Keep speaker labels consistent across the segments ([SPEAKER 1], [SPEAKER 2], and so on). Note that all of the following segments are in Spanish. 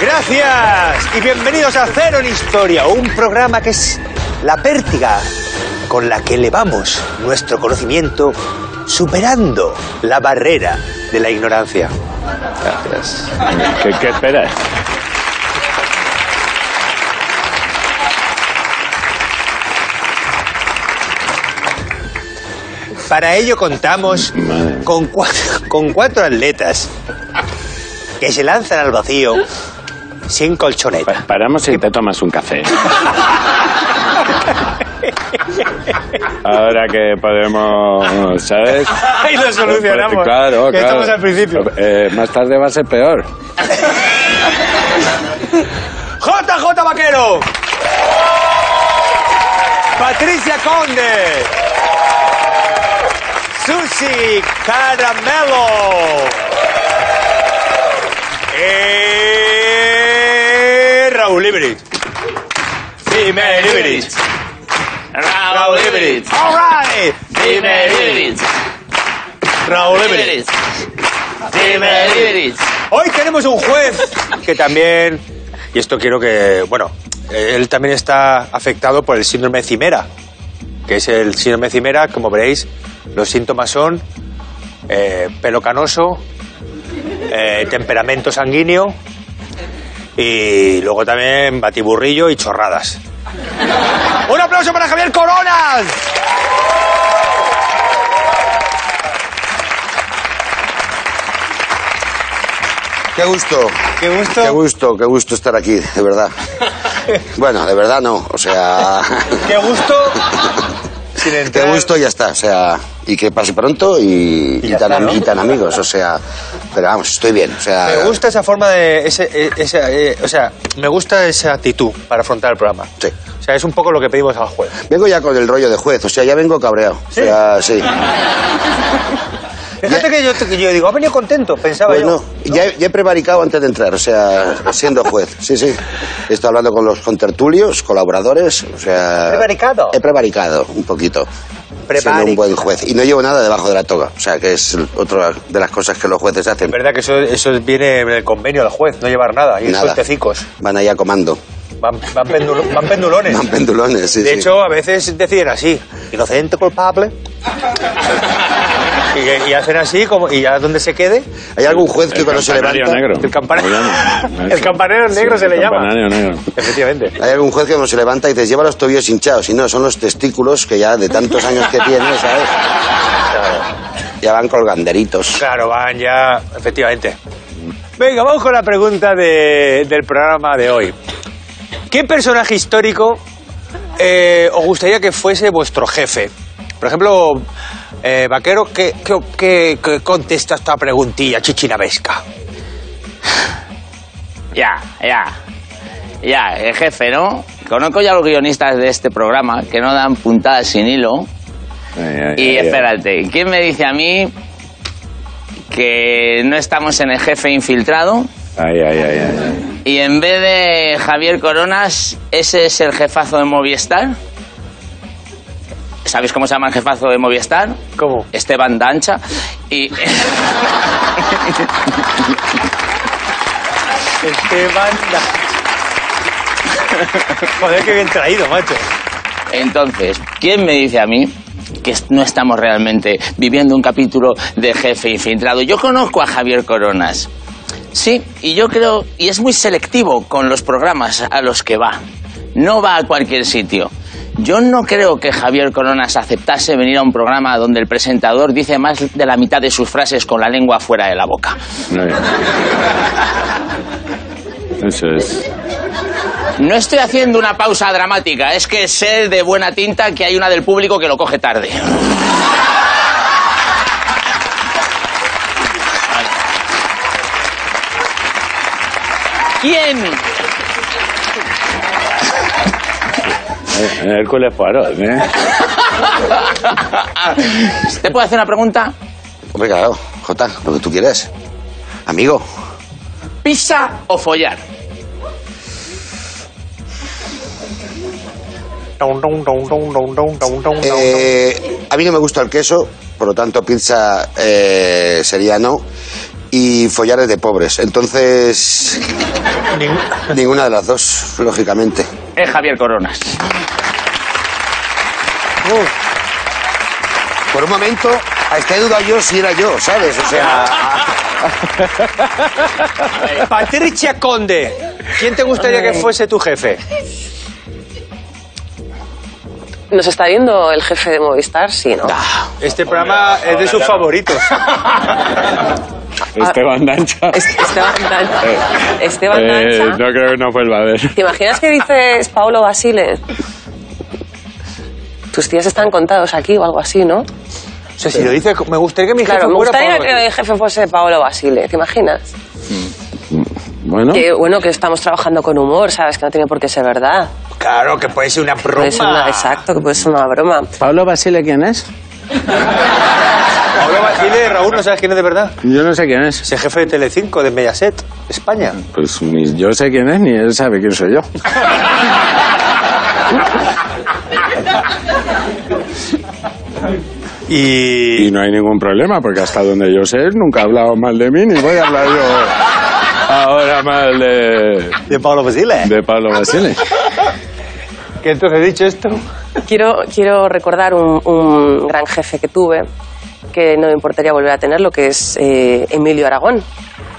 [SPEAKER 1] gracias y bienvenidos a Cero en Historia, un programa que es la pértiga con la que elevamos nuestro conocimiento superando la barrera de la ignorancia.
[SPEAKER 2] Gracias. ¿Qué, qué esperas?
[SPEAKER 1] Para ello contamos
[SPEAKER 2] Madre.
[SPEAKER 1] con cuatro, con cuatro atletas que se lanzan al vacío sin colchoneta.
[SPEAKER 2] Pa- paramos y te tomas un café. Ahora que podemos, ¿sabes?
[SPEAKER 1] Ahí lo solucionamos.
[SPEAKER 2] Claro,
[SPEAKER 1] que
[SPEAKER 2] claro.
[SPEAKER 1] Estamos al principio.
[SPEAKER 2] Eh, más tarde va a ser peor.
[SPEAKER 1] JJ Vaquero. Patricia Conde. Susi Caramelo. Y Eh, Raúl Liberich. Dime Liberich. Raúl Liberich. All right.
[SPEAKER 3] Dime Liberis,
[SPEAKER 1] Raúl Liberich.
[SPEAKER 3] Liberis, dime Liberis.
[SPEAKER 1] Hoy tenemos un juez que también, y esto quiero que, bueno, él también está afectado por el síndrome de cimera, que es el síndrome de cimera, como veréis, los síntomas son eh, pelo canoso, eh, temperamento sanguíneo y luego también batiburrillo y chorradas. Un aplauso para Javier Coronas.
[SPEAKER 4] Qué gusto.
[SPEAKER 1] Qué gusto.
[SPEAKER 4] Qué gusto, qué gusto estar aquí, de verdad. Bueno, de verdad no, o sea,
[SPEAKER 1] Qué gusto. Sin entrar-
[SPEAKER 4] qué gusto y ya está, o sea, y que pase pronto
[SPEAKER 1] Y
[SPEAKER 4] y, y
[SPEAKER 1] ya
[SPEAKER 4] tan,
[SPEAKER 1] está, ¿no?
[SPEAKER 4] y tan amigos, o sea, pero vamos, estoy bien, o sea,
[SPEAKER 1] Me gusta esa forma de. Ese, e- esa, eh, o sea, me gusta esa actitud para afrontar el programa.
[SPEAKER 4] Sí.
[SPEAKER 1] O sea, es un poco lo que pedimos al juez.
[SPEAKER 4] vengo ya con el rollo de juez, o sea, ya vengo cabreado, o sea, sí.
[SPEAKER 1] Fíjate que yo, que yo digo, ha venido contento, pensaba
[SPEAKER 4] Bueno,
[SPEAKER 1] yo.
[SPEAKER 4] Pues ya he, ya he prevaricado antes de entrar, o sea, siendo juez, sí, sí. He estado hablando con los contertulios, colaboradores, o sea...
[SPEAKER 1] ¿Prevaricado?
[SPEAKER 4] He prevaricado un poquito.
[SPEAKER 1] Prevaricado.
[SPEAKER 4] Siendo un buen juez. Y no llevo nada debajo de la toga, o sea, que es otra de las cosas que los jueces hacen.
[SPEAKER 1] Es verdad que eso, eso viene en el convenio del juez, no llevar nada. Y
[SPEAKER 4] Nada.
[SPEAKER 1] esos tecicos
[SPEAKER 4] Van ahí a comando.
[SPEAKER 1] van, van, pendul- van pendulones.
[SPEAKER 4] Van pendulones, sí,
[SPEAKER 1] de
[SPEAKER 4] sí.
[SPEAKER 1] hecho, a veces deciden así, inocente, culpable. y, que- y hacen así, como, y ya donde se quede,
[SPEAKER 4] ¿Hay algún juez que
[SPEAKER 2] El
[SPEAKER 4] cuando se
[SPEAKER 2] campanario
[SPEAKER 4] levanta...
[SPEAKER 2] negro.
[SPEAKER 1] el campanero,
[SPEAKER 2] Lo llaman.
[SPEAKER 1] el campanero
[SPEAKER 2] Sí,
[SPEAKER 1] negro se
[SPEAKER 2] el
[SPEAKER 1] le llama.
[SPEAKER 2] campanario negro.
[SPEAKER 1] Efectivamente.
[SPEAKER 4] Hay algún juez que cuando se levanta y te lleva los tobillos hinchados. Y no, son los testículos que ya de tantos años que tiene, ¿sabes? Ya van colganderitos.
[SPEAKER 1] Claro, van ya, efectivamente. Venga, vamos con la pregunta de- del programa de hoy. ¿Qué personaje histórico eh, os gustaría que fuese vuestro jefe? Por ejemplo, eh, Vaquero, ¿qué, qué, qué- qué contesta esta preguntilla chichinabesca?
[SPEAKER 3] Ya, ya. Ya, el jefe, ¿no? Conozco ya los guionistas de este programa que no dan puntadas sin hilo.
[SPEAKER 2] Ay, ay,
[SPEAKER 3] Y
[SPEAKER 2] ay,
[SPEAKER 3] espérate, ¿quién me dice a mí que no estamos en el jefe infiltrado?
[SPEAKER 2] Ay, ay, ay, ay, ay.
[SPEAKER 3] Y en vez de Javier Coronas, ese es el jefazo de Movistar. ¿Sabéis cómo se llama el jefazo de Movistar?
[SPEAKER 1] ¿Cómo?
[SPEAKER 3] Esteban Dancha. Y.
[SPEAKER 1] Esteban... Joder, qué bien traído, macho.
[SPEAKER 3] Entonces, ¿quién me dice a mí que est- no estamos realmente viviendo un capítulo de jefe infiltrado? Yo conozco a Javier Coronas. Sí, y yo creo, y es muy selectivo con los programas a los que va. No va a cualquier sitio. Yo no creo que Javier Coronas aceptase venir a un programa donde el presentador dice más de la mitad de sus frases con la lengua fuera de la boca.
[SPEAKER 2] Muy bien. Eso es.
[SPEAKER 3] No estoy haciendo una pausa dramática, es que sé de buena tinta que hay una del público que lo coge tarde. ¿Quién?
[SPEAKER 2] Eh, Hércules Poirot, ¿eh?
[SPEAKER 5] Ah,
[SPEAKER 3] ¿Te puedo hacer una pregunta?
[SPEAKER 4] Hombre, claro, Jota, lo que tú quieras. Amigo,
[SPEAKER 3] ¿Pisa o follar?
[SPEAKER 4] eh, a mí no me gusta el queso, por lo tanto pizza eh, sería no. Y follar es de pobres. Entonces, Ninguna de las dos, lógicamente.
[SPEAKER 3] Es Javier Coronas.
[SPEAKER 4] Por un momento, a este duda yo si era yo, ¿sabes? O sea,
[SPEAKER 1] Patricia Conde, ¿quién te gustaría que fuese tu jefe?
[SPEAKER 5] Nos está viendo el jefe de Movistar, sí, ¿no?
[SPEAKER 2] Ah.
[SPEAKER 1] Este programa es de sus favoritos.
[SPEAKER 2] Esteban Dancha.
[SPEAKER 5] Es- Esteban Dancha. Esteban
[SPEAKER 2] Eh,
[SPEAKER 5] Dancha.
[SPEAKER 2] no creo que no vuelva a ver.
[SPEAKER 5] ¿Te imaginas que dices Paolo Basile? Tus días están contados aquí o algo así, ¿no?
[SPEAKER 1] O sea, si lo dice, me gustaría que mi jefe
[SPEAKER 5] Claro, me
[SPEAKER 1] fuera
[SPEAKER 5] gustaría
[SPEAKER 1] Pablo
[SPEAKER 5] que el jefe fuese Paolo Basile, ¿te imaginas?
[SPEAKER 2] Bueno,
[SPEAKER 5] Que bueno, que estamos trabajando con humor, ¿sabes? Que no tiene por qué ser verdad.
[SPEAKER 1] Iglesias. Claro, que puede ser una broma.
[SPEAKER 5] Puede ser una, exacto, que puede ser una broma.
[SPEAKER 6] ¿Pablo Basile quién es?
[SPEAKER 1] Pablo Basile, Raúl, ¿no sabes quién es de verdad?
[SPEAKER 6] Yo no sé quién es.
[SPEAKER 1] Es el jefe de Telecinco, de Mediaset, España.
[SPEAKER 2] pues ni yo sé quién es, ni él sabe quién soy yo.
[SPEAKER 1] Y...
[SPEAKER 2] Y no hay ningún problema, porque hasta donde yo sé, nunca ha hablado mal de mí, ni voy a hablar yo ahora mal de,
[SPEAKER 1] De Pablo Basile.
[SPEAKER 2] de Pablo Basile.
[SPEAKER 1] ¿Qué entonces he dicho esto?
[SPEAKER 5] Quiero, quiero recordar un, un gran jefe que tuve, que no me importaría volver a tenerlo, que es eh, Emilio Aragón.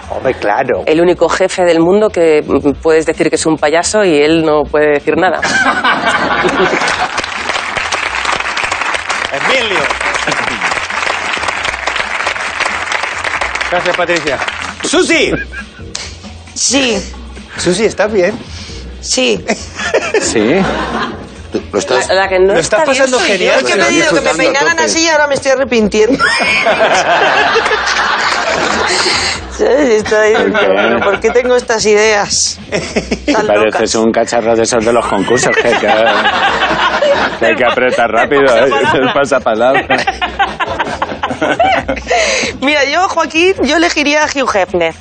[SPEAKER 1] Hombre, claro.
[SPEAKER 5] El único jefe del mundo que mm, puedes decir que es un payaso y él no puede decir nada.
[SPEAKER 1] Emilio. Gracias, Patricia. Susi.
[SPEAKER 7] Sí,
[SPEAKER 1] Susi, ¿estás bien?
[SPEAKER 7] sí.
[SPEAKER 6] Sí.
[SPEAKER 4] lo estás...
[SPEAKER 5] La, la que no
[SPEAKER 1] Lo estás
[SPEAKER 5] está bien
[SPEAKER 1] pasando
[SPEAKER 5] soy yo.
[SPEAKER 1] genial,
[SPEAKER 7] Es que he pedido que me
[SPEAKER 4] disfrutando a
[SPEAKER 7] peinaran
[SPEAKER 4] tope.
[SPEAKER 7] así y ahora me estoy arrepintiendo. ¿Sabes? Estoy diciendo, bueno, ¿por qué tengo estas ideas tan locas?
[SPEAKER 2] Pareces un cacharro de esos de los concursos que hay que, que hay que apretar rápido. ¿eh? El pasapalabra.
[SPEAKER 7] Mira, yo, Joaquín, yo elegiría a Hugh Hefner.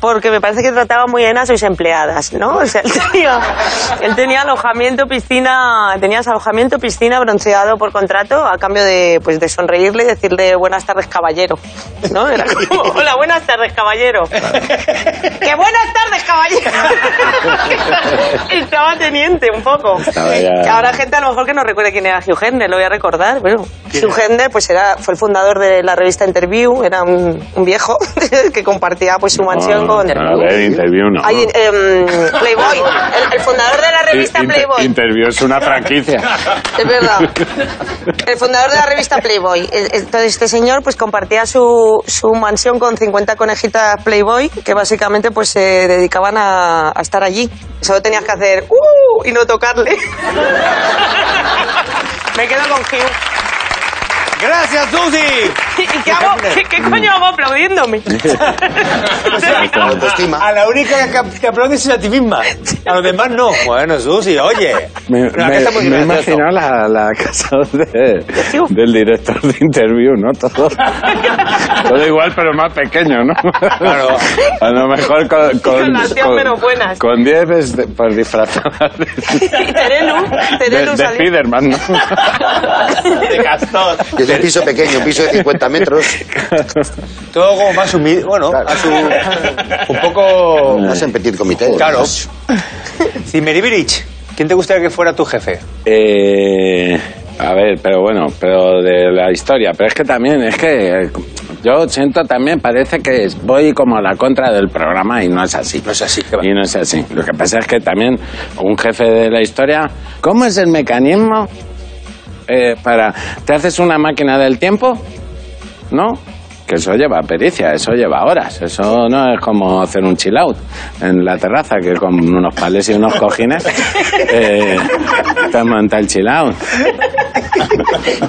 [SPEAKER 7] Porque me parece que trataba muy bien a sus empleadas, ¿no? O sea, él tenía, él tenía alojamiento, piscina, tenías alojamiento, piscina, bronceado por contrato, a cambio de, pues, de sonreírle y decirle buenas tardes, caballero. ¿No? Era como, hola, buenas tardes, caballero. ¡Que buenas tardes, caballero! Estaba teniente un poco.
[SPEAKER 2] Estaba ya-
[SPEAKER 7] Que Ahora gente a lo mejor que no recuerde quién era Hugh Hefner, lo voy a recordar. Bueno, Hugh Hefner pues era, fue el fundador de la revista Interview, era un, un viejo que compartía pues su mansión con...
[SPEAKER 2] Ah, a ver, interview no.
[SPEAKER 7] Ay, em, Playboy, el, el fundador de la revista
[SPEAKER 2] Inter-
[SPEAKER 7] Playboy.
[SPEAKER 2] Interview es una franquicia.
[SPEAKER 7] Es verdad. El fundador de la revista Playboy. El- Entonces, este señor pues compartía su, su mansión con 50 conejitas Playboy que básicamente pues se dedicaban a, a estar allí. Solo tenías que hacer ¡uh! y no tocarle. Me quedo con Hugh.
[SPEAKER 1] Gracias, Susi.
[SPEAKER 7] ¿Y qué hago? ¿Qué, qué coño hago aplaudiéndome?
[SPEAKER 4] La autoestima.
[SPEAKER 1] A la única que, que aplaudes es a ti misma. A los demás no. Bueno, Susi, oye.
[SPEAKER 2] Me,
[SPEAKER 1] No, acá
[SPEAKER 2] me-
[SPEAKER 1] está muy
[SPEAKER 2] me he
[SPEAKER 1] gracioso.
[SPEAKER 2] imaginado la, la casa de-
[SPEAKER 7] Hugh.
[SPEAKER 2] del director de interview, ¿no? Todo, todo igual, pero más pequeño, ¿no?
[SPEAKER 1] Claro.
[SPEAKER 2] A lo mejor con...
[SPEAKER 7] Con las tías menos buenas.
[SPEAKER 2] Con 10 es de- pues disfrazadas de,
[SPEAKER 7] Y Terelu,
[SPEAKER 2] de,
[SPEAKER 7] Terelu
[SPEAKER 2] de
[SPEAKER 7] salió.
[SPEAKER 2] Spiderman, ¿no?
[SPEAKER 1] De castor.
[SPEAKER 4] Y es un piso pequeño, un piso de 50 metros,
[SPEAKER 1] Todo como más humilde. Bueno, a su. Un poco.
[SPEAKER 4] más en petit comité.
[SPEAKER 1] Claro. Zimmeribirich, ¿quién te gustaría que fuera tu jefe?
[SPEAKER 2] Eh, a ver, pero bueno, pero de la historia. Pero es que también, es que eh, yo siento también, parece que es- voy como a la contra del programa y no es así.
[SPEAKER 1] No es así, que va.
[SPEAKER 2] Y no es así. Lo que pasa es que también un jefe de la historia, ¿cómo es el mecanismo eh, para... ¿Te haces una máquina del tiempo? ¿No? Que eso lleva pericia, eso lleva horas. Eso no es como hacer un chill out en la terraza, que con unos palés y unos cojines eh, te monta el chill out.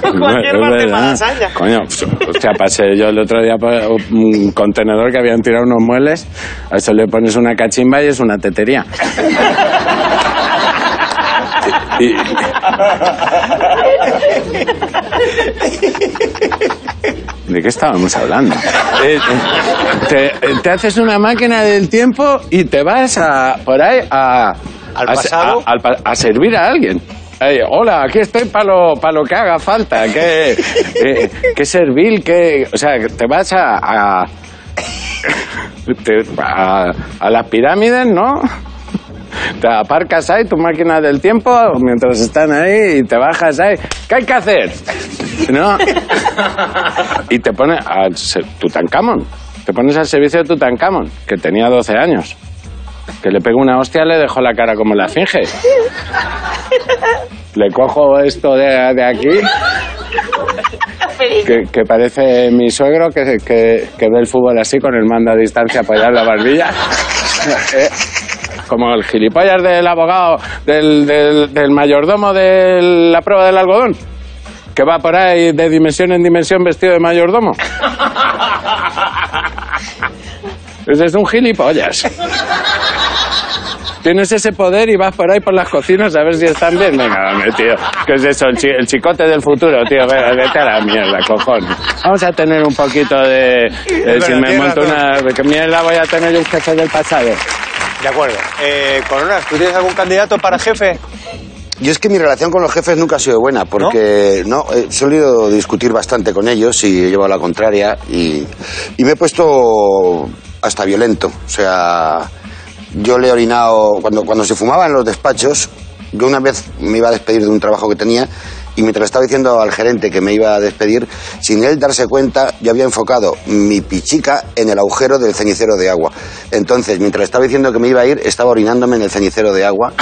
[SPEAKER 2] Es
[SPEAKER 7] Cualquier parte
[SPEAKER 2] verdad.
[SPEAKER 7] para lasaña.
[SPEAKER 2] Coño, pues, o sea, pasé yo el otro día por un contenedor que habían tirado unos muebles, a eso le pones una cachimba y es una tetería. Y- ¿De qué estábamos hablando? Eh, eh, te, eh, te haces una máquina del tiempo y te vas a, por ahí a,
[SPEAKER 1] ¿Al
[SPEAKER 2] a-
[SPEAKER 1] pasado?
[SPEAKER 2] a- al pa- a servir a alguien. Eh, hola, aquí estoy para lo, pa' lo que haga falta. Qué, eh, qué servil, qué... O sea, te vas a... a- te- a, a las pirámides, ¿no? Te aparcas ahí tu máquina del tiempo mientras están ahí y te bajas ahí. ¿Qué hay que hacer? ¿No? Y te pone a se- Tutankamón. Te pones al servicio de Tutankamón, que tenía 12 años. Que le pegó una hostia, le dejó la cara como la finge. Le cojo esto de, de aquí, que, que parece mi suegro que, que- que ve el fútbol así con el mando a distancia para allá en la barbilla. Eh, Como el gilipollas del abogado, del, del- del mayordomo de la prueba del algodón, que va por ahí de dimensión en dimensión vestido de mayordomo. Ese es un gilipollas. Tienes ese poder y vas por ahí por las cocinas a ver si están bien. Venga, dame, tío. ¿Qué es eso? El, chi- el chicote del futuro, tío. Venga, vete a la mierda, cojón. Vamos a tener un poquito de... de si
[SPEAKER 1] verdad,
[SPEAKER 2] me
[SPEAKER 1] tienes
[SPEAKER 2] monto una...
[SPEAKER 1] razón.
[SPEAKER 2] ¿Qué mierda voy a tener yo que hacer del pasado?
[SPEAKER 1] De acuerdo. Eh, Coronas, ¿tú tienes algún candidato para jefe?
[SPEAKER 4] Yo es que mi relación con los jefes nunca ha sido buena, porque no, he solido discutir bastante con ellos y he llevado la contraria y, y me he puesto hasta violento. O sea, yo le he orinado, cuando, cuando se fumaba en los despachos, yo una vez me iba a despedir de un trabajo que tenía y mientras estaba diciendo al gerente que me iba a despedir, sin él darse cuenta, yo había enfocado mi pichica en el agujero del cenicero de agua. Entonces, mientras estaba diciendo que me iba a ir, estaba orinándome en el cenicero de agua.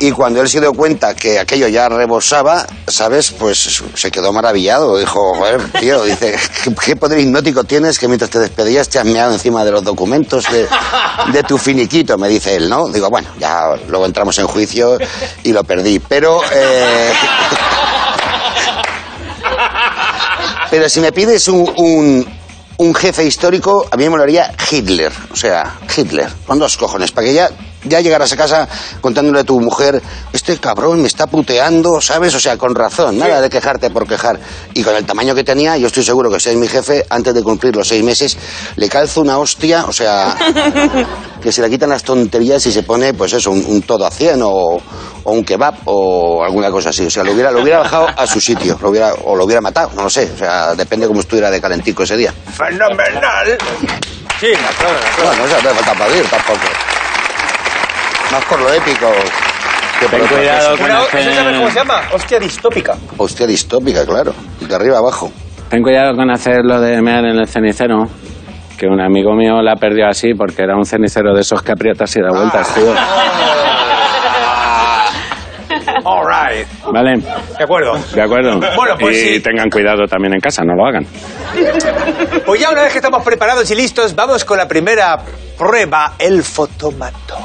[SPEAKER 4] Y cuando él se dio cuenta que aquello ya rebosaba, ¿sabes? Pues se quedó maravillado. Dijo, joder, tío, dice, ¿qué, qué poder hipnótico tienes que mientras te despedías te has meado encima de los documentos de, de tu finiquito? Me dice él, ¿no? Digo, bueno, ya luego entramos en juicio y lo perdí. Pero... eh, Pero si me pides un, un- un jefe histórico, a mí me molaría Hitler. O sea, Hitler, con dos cojones. Para que ya, ya llegaras a casa contándole a tu mujer, este cabrón me está puteando, ¿sabes? O sea, con razón, nada de quejarte por quejar. Y con el tamaño que tenía, yo estoy seguro que si es mi jefe, antes de cumplir los seis meses, le calzo una hostia, o sea, que se le quitan las tonterías y se pone, pues eso, un, un todo a 100 o, o un kebab o alguna cosa así. O sea, lo hubiera, lo hubiera bajado a su sitio, lo hubiera, o lo hubiera matado, no lo sé. O sea, depende cómo estuviera de calentico ese día.
[SPEAKER 1] ¡Fenomenal! Sí, aplaudan,
[SPEAKER 4] Bueno, no se hace falta aplaudir tampoco. Más por lo épico que por
[SPEAKER 2] Ten
[SPEAKER 4] otra
[SPEAKER 2] cuidado con
[SPEAKER 1] aplaudan.
[SPEAKER 2] el
[SPEAKER 1] Una- ¿Eso sabes cómo se
[SPEAKER 2] hacer,
[SPEAKER 1] llama? Hostia distópica.
[SPEAKER 4] cosa. Hostia distópica, claro. De arriba abajo.
[SPEAKER 2] ten cuidado con hacer lo de mear en el cenicero. Que un amigo mío la perdió así porque era un cenicero de esos que aprietas y da vueltas,
[SPEAKER 1] Ah.
[SPEAKER 2] tío.
[SPEAKER 1] All right.
[SPEAKER 2] Vale,
[SPEAKER 1] De acuerdo.
[SPEAKER 2] de acuerdo.
[SPEAKER 1] Bueno, pues
[SPEAKER 2] y
[SPEAKER 1] sí.
[SPEAKER 2] tengan cuidado también en casa, no lo hagan.
[SPEAKER 1] Pues ya una vez que estamos preparados y listos, vamos con la primera prueba, el fotomato.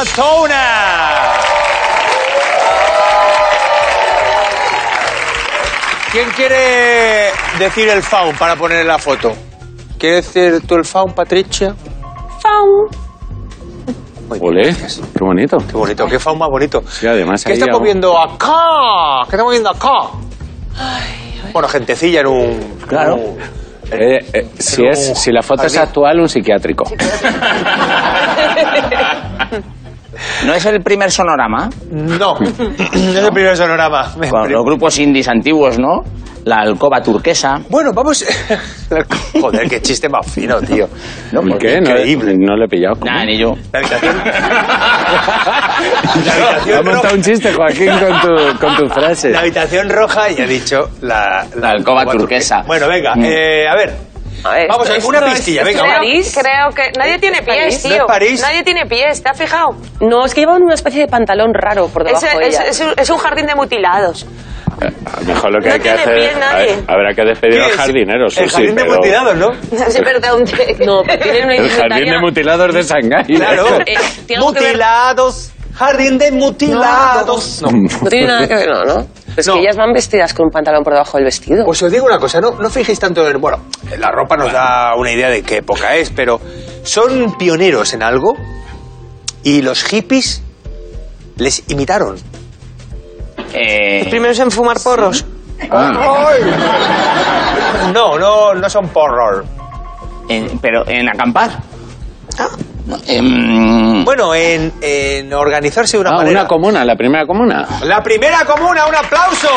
[SPEAKER 1] ¡Fotomatona! ¿Quién quiere decir el faun para poner la foto? ¿Quieres decir tú el faun, Patricia? Faun.
[SPEAKER 2] Ole, qué bonito.
[SPEAKER 1] Qué bonito, qué faun más bonito.
[SPEAKER 2] Sí, además
[SPEAKER 1] ¿Qué
[SPEAKER 2] ahí
[SPEAKER 1] estamos
[SPEAKER 2] hago-
[SPEAKER 1] viendo acá? ¿Qué estamos viendo acá? Bueno, gentecilla en un...
[SPEAKER 2] Claro.
[SPEAKER 1] en un-
[SPEAKER 2] Eh, eh, si,
[SPEAKER 1] Pero-
[SPEAKER 2] es, si la foto es
[SPEAKER 1] Jardín.
[SPEAKER 2] actual, un psiquiátrico.
[SPEAKER 3] ¿No es el primer sonorama?
[SPEAKER 1] No, no es el primer sonorama. Me-
[SPEAKER 3] Con los grupos indies antiguos, ¿no? La alcoba turquesa.
[SPEAKER 1] Bueno, vamos... Joder, qué chiste más fino, tío.
[SPEAKER 3] No,
[SPEAKER 2] ¿El
[SPEAKER 3] porque
[SPEAKER 2] qué? No, eh.
[SPEAKER 1] increíble.
[SPEAKER 2] no le he pillado. ¿cómo?
[SPEAKER 3] Nah, ni yo.
[SPEAKER 1] La habitación... la,
[SPEAKER 2] Ha
[SPEAKER 1] habitación
[SPEAKER 2] montado un
[SPEAKER 1] roja,
[SPEAKER 2] chiste, Joaquín, con tu, con tu frase.
[SPEAKER 1] la habitación roja y ha dicho la...
[SPEAKER 3] La alcoba turquesa.
[SPEAKER 1] Bueno, venga,
[SPEAKER 3] Mm.
[SPEAKER 1] eh, a ver. Vamos a ver, una pistilla, venga. una-
[SPEAKER 5] París.
[SPEAKER 7] Creo que nadie tiene pies,
[SPEAKER 5] París?
[SPEAKER 1] ¿No es
[SPEAKER 7] tío.
[SPEAKER 1] París?
[SPEAKER 7] Nadie tiene pies, ¿te has fijado?
[SPEAKER 5] No, es que llevaban una especie de pantalón raro por
[SPEAKER 7] Es,
[SPEAKER 5] debajo de
[SPEAKER 7] es-
[SPEAKER 5] ella.
[SPEAKER 7] es un- es un jardín de mutilados.
[SPEAKER 2] A lo mejor lo que
[SPEAKER 7] No
[SPEAKER 2] hay que
[SPEAKER 7] tiene
[SPEAKER 2] hacer.
[SPEAKER 7] pies nadie.
[SPEAKER 2] a- habrá que despedir
[SPEAKER 1] ¿Qué
[SPEAKER 2] al
[SPEAKER 1] es?
[SPEAKER 2] jardinero, sí,
[SPEAKER 1] El
[SPEAKER 2] sí,
[SPEAKER 1] jardín de
[SPEAKER 2] pero-
[SPEAKER 1] mutilados, ¿no?
[SPEAKER 7] Es verdad, un té.
[SPEAKER 5] No, pero tienen una
[SPEAKER 2] El jardín
[SPEAKER 5] indumentaria-
[SPEAKER 2] de mutilados de Shanghái.
[SPEAKER 1] Claro.
[SPEAKER 5] Eh, tiene algo que ver-
[SPEAKER 1] mutilados. Jardín de mutilados. No.
[SPEAKER 5] No tiene nada que ver, no, ¿no? Es
[SPEAKER 1] No.
[SPEAKER 5] que ellas van vestidas con un pantalón por debajo del vestido.
[SPEAKER 1] Pues os digo una cosa, no, no fijéis tanto en... Bueno, la ropa nos da una idea de qué época es, pero son pioneros en algo y los hippies les imitaron.
[SPEAKER 3] Eh,
[SPEAKER 7] Primero es en fumar porros.
[SPEAKER 1] Ah. No, no, no son porros.
[SPEAKER 3] en- pero en acampar. No, em,
[SPEAKER 1] Bueno, en, en organizarse de una
[SPEAKER 2] Ah,
[SPEAKER 1] manera...
[SPEAKER 2] una comuna, la primera comuna.
[SPEAKER 1] ¡La primera comuna! ¡Un aplauso!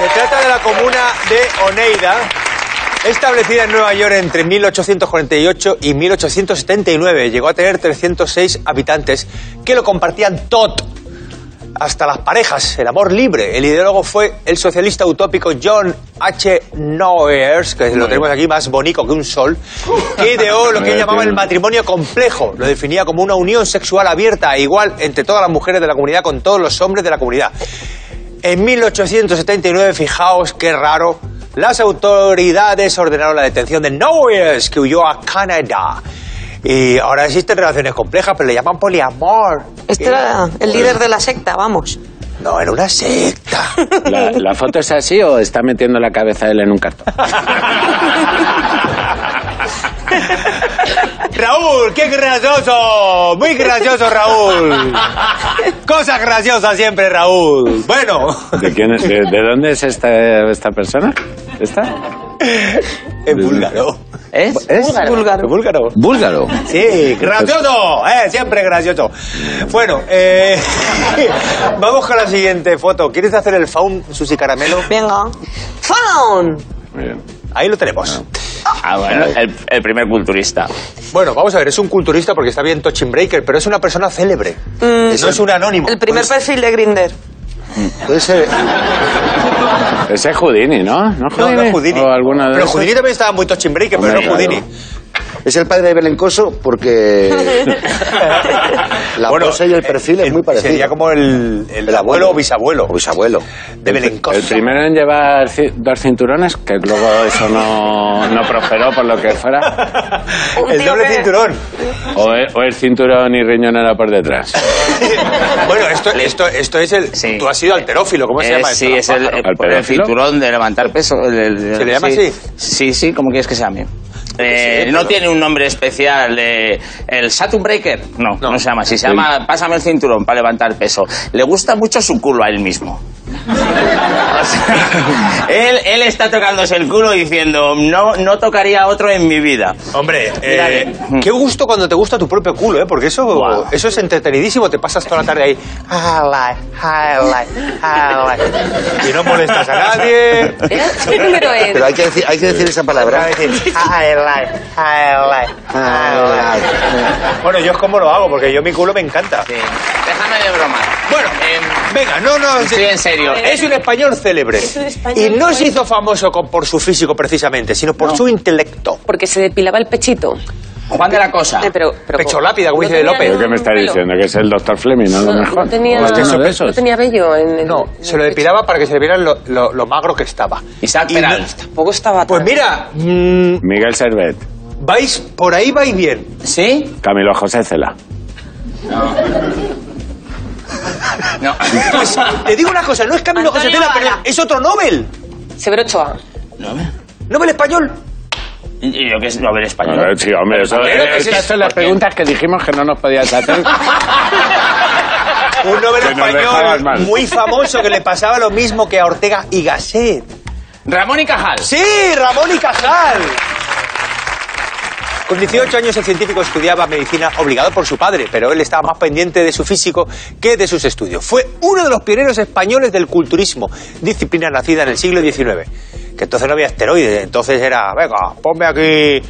[SPEAKER 1] Se trata de la comuna de Oneida, establecida en Nueva York entre 1848 y 1879. Llegó a tener 306 habitantes que lo compartían todo. Hasta las parejas, el amor libre. El ideólogo fue el socialista utópico John H. Noyers, que lo tenemos aquí más bonito que un sol, que ideó lo que él llamaba el matrimonio complejo. Lo definía como una unión sexual abierta e igual entre todas las mujeres de la comunidad con todos los hombres de la comunidad. En 1879, fijaos qué raro, las autoridades ordenaron la detención de Noyes, que huyó a Canadá. Y ahora existen relaciones complejas, pero le llaman poliamor.
[SPEAKER 7] Este era el líder de la secta, vamos.
[SPEAKER 1] No, era una secta.
[SPEAKER 2] ¿La, la foto es así o está metiendo la cabeza él en un cartón?
[SPEAKER 1] Raúl, qué gracioso. Muy gracioso, Raúl. Cosas graciosas siempre, Raúl. Bueno,
[SPEAKER 2] ¿De, quién es? ¿De, de dónde es esta, esta persona? ¿Esta?
[SPEAKER 1] en búlgaro.
[SPEAKER 3] ¿Es?
[SPEAKER 7] Búlgaro.
[SPEAKER 1] En búlgaro.
[SPEAKER 2] Búlgaro.
[SPEAKER 1] Sí, gracioso, eh, siempre gracioso. Bueno, eh, vamos con la siguiente foto. ¿Quieres hacer el faun, Susi Caramelo?
[SPEAKER 7] Venga. ¡Found!
[SPEAKER 2] Muy bien.
[SPEAKER 1] Ahí lo tenemos.
[SPEAKER 3] Ah, bueno, el, el primer culturista.
[SPEAKER 1] Bueno, vamos a ver, es un culturista porque está bien Touching Breaker, pero es una persona célebre. no es un anónimo.
[SPEAKER 7] Mm.
[SPEAKER 1] Pues,
[SPEAKER 7] El primer perfil de Grinder.
[SPEAKER 4] Puede ser.
[SPEAKER 2] Ese es Houdini, ¿no? No,
[SPEAKER 1] No, no es Houdini.
[SPEAKER 2] ¿O alguna de
[SPEAKER 1] pero
[SPEAKER 2] esas?
[SPEAKER 1] Houdini también estaba muy Touching Breaker, pero
[SPEAKER 2] Hombre,
[SPEAKER 1] no Houdini.
[SPEAKER 2] claro.
[SPEAKER 4] Es el padre de Belencoso porque la
[SPEAKER 1] Bueno,
[SPEAKER 4] pose y el perfil es
[SPEAKER 1] el-
[SPEAKER 4] muy parecido.
[SPEAKER 1] Sería como el, el
[SPEAKER 4] El Pues,
[SPEAKER 1] abuelo o bisabuelo.
[SPEAKER 4] O bisabuelo.
[SPEAKER 1] De Belencoso.
[SPEAKER 2] El primero en llevar ci- dos cinturones, que luego eso no, no prosperó por lo que fuera.
[SPEAKER 7] Un
[SPEAKER 1] El
[SPEAKER 7] tío
[SPEAKER 1] doble
[SPEAKER 7] que-
[SPEAKER 1] cinturón.
[SPEAKER 2] O el, o el cinturón y riñonera por detrás.
[SPEAKER 1] bueno, esto, esto, esto es el.
[SPEAKER 3] Sí.
[SPEAKER 1] Tú has sido alterófilo, ¿cómo se
[SPEAKER 3] Eh,
[SPEAKER 1] llama
[SPEAKER 3] sí,
[SPEAKER 1] esto?
[SPEAKER 3] es el,
[SPEAKER 1] Pájaro.
[SPEAKER 3] el- el cinturón de levantar peso. el- el-
[SPEAKER 1] ¿Se le llama
[SPEAKER 3] sí.
[SPEAKER 1] así?
[SPEAKER 3] Sí, sí, como quieres que se llame. Eh,
[SPEAKER 1] Sí,
[SPEAKER 3] No
[SPEAKER 1] pero-
[SPEAKER 3] tiene un nombre especial. eh, ¿El Saturn Breaker? No, no, se llama así. Se llama Pásame el cinturón para levantar peso. Le gusta mucho su culo a él mismo. O sea, él, él está tocándose el culo diciendo, no, no tocaría a otro en mi vida.
[SPEAKER 1] Hombre,
[SPEAKER 3] Mira
[SPEAKER 1] eh,
[SPEAKER 3] que-
[SPEAKER 1] qué gusto cuando te gusta tu propio culo, ¿eh? Porque eso,
[SPEAKER 3] Guau.
[SPEAKER 1] eso es entretenidísimo. Te pasas toda la tarde ahí. "Highlight, highlight, highlight". Y no molestas a nadie.
[SPEAKER 5] ¿Era? ¿Qué número es?
[SPEAKER 4] Pero hay que decir, hay que decir esa
[SPEAKER 1] Para
[SPEAKER 4] palabra. Ah,
[SPEAKER 1] decir, Ah, "Highlight, highlight, highlight". Bueno, yo es como lo hago, porque yo mi culo me encanta.
[SPEAKER 3] Sí. Eh, Déjame de broma.
[SPEAKER 1] Bueno,
[SPEAKER 3] Em,
[SPEAKER 1] venga, no, no.
[SPEAKER 3] estoy en serio.
[SPEAKER 1] Es un español célebre.
[SPEAKER 7] un español
[SPEAKER 1] Y no se hizo famoso con- por su físico precisamente, sino por su intelecto.
[SPEAKER 5] Porque se depilaba el pechito.
[SPEAKER 3] Juan de la Cosa.
[SPEAKER 5] Eh, pero, pero-
[SPEAKER 1] Pecho lápida, como
[SPEAKER 5] ¿no
[SPEAKER 1] dice de
[SPEAKER 5] tenía
[SPEAKER 1] López.
[SPEAKER 5] ningún
[SPEAKER 2] ¿Qué me está
[SPEAKER 5] pelo?
[SPEAKER 2] diciendo? Que es el doctor Fleming, ¿no? Pues A
[SPEAKER 5] No,
[SPEAKER 2] lo mejor.
[SPEAKER 5] no tenía,
[SPEAKER 2] ¿O es uno de
[SPEAKER 5] no
[SPEAKER 2] esos?
[SPEAKER 5] tenía vello en, en-
[SPEAKER 1] No,
[SPEAKER 5] en
[SPEAKER 1] se lo
[SPEAKER 5] el pecho.
[SPEAKER 1] depilaba para que se le viera lo, lo- lo magro que estaba.
[SPEAKER 3] Isaac
[SPEAKER 1] Y no-
[SPEAKER 3] Peralta.
[SPEAKER 5] Tampoco estaba
[SPEAKER 1] Pues
[SPEAKER 5] tan-
[SPEAKER 1] mira, mm,
[SPEAKER 2] Miguel Servet,
[SPEAKER 1] vais, por ahí vais bien.
[SPEAKER 3] ¿Sí?
[SPEAKER 2] Camilo José Cela.
[SPEAKER 3] No.
[SPEAKER 1] Pues te digo una cosa, no es Camilo José
[SPEAKER 7] Antonio
[SPEAKER 1] Tela, pero
[SPEAKER 7] Gala.
[SPEAKER 1] es otro Nobel.
[SPEAKER 5] Severo Ochoa.
[SPEAKER 1] Nobel español.
[SPEAKER 3] Y Yo que es no ver español.
[SPEAKER 2] Bueno, sí, hombre, eso,
[SPEAKER 3] Pero que sí,
[SPEAKER 2] estas son las
[SPEAKER 3] ¿por qué?
[SPEAKER 2] preguntas que dijimos que no nos podías hacer.
[SPEAKER 1] Un Nobel
[SPEAKER 2] Que nos dejabas
[SPEAKER 1] español
[SPEAKER 2] mal.
[SPEAKER 1] muy famoso que le pasaba lo mismo que a Ortega y Gasset.
[SPEAKER 3] Ramón y Cajal.
[SPEAKER 1] Sí, Ramón y Cajal. Con 18 años el científico estudiaba medicina obligado por su padre, pero él estaba más pendiente de su físico que de sus estudios. Fue uno de los pioneros españoles del culturismo, disciplina nacida en el siglo XIX, que entonces no había esteroides, entonces era, venga, ponme aquí,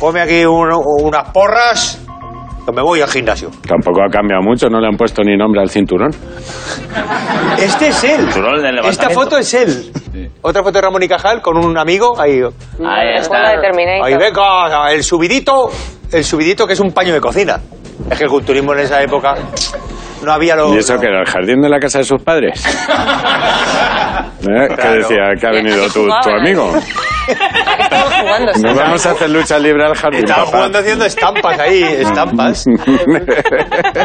[SPEAKER 1] ponme aquí un- unas porras, que me voy al gimnasio.
[SPEAKER 2] Tampoco ha cambiado mucho, no le han puesto ni nombre al cinturón.
[SPEAKER 1] Este es él.
[SPEAKER 3] Cinturón del
[SPEAKER 1] Esta
[SPEAKER 3] levantamiento.
[SPEAKER 1] foto es él. Otra foto de Ramón y Cajal con un amigo ahí.
[SPEAKER 3] Ahí
[SPEAKER 5] Es
[SPEAKER 3] está.
[SPEAKER 5] una de Terminator.
[SPEAKER 1] Ahí venga, el subidito, el subidito que es un paño de cocina. Es que el culturismo en esa época Oh, no había lo.
[SPEAKER 2] ¿Y eso que era el jardín de la casa de sus padres? ¿Eh? ¿Qué
[SPEAKER 1] Claro.
[SPEAKER 2] decía? ¿Que ha venido tu, tu
[SPEAKER 5] jugaban.
[SPEAKER 2] amigo?
[SPEAKER 5] Estamos jugando.
[SPEAKER 2] Nos vamos a hacer lucha libre al jardín,
[SPEAKER 1] Estaban
[SPEAKER 2] papá.
[SPEAKER 1] jugando haciendo estampas ahí, estampas.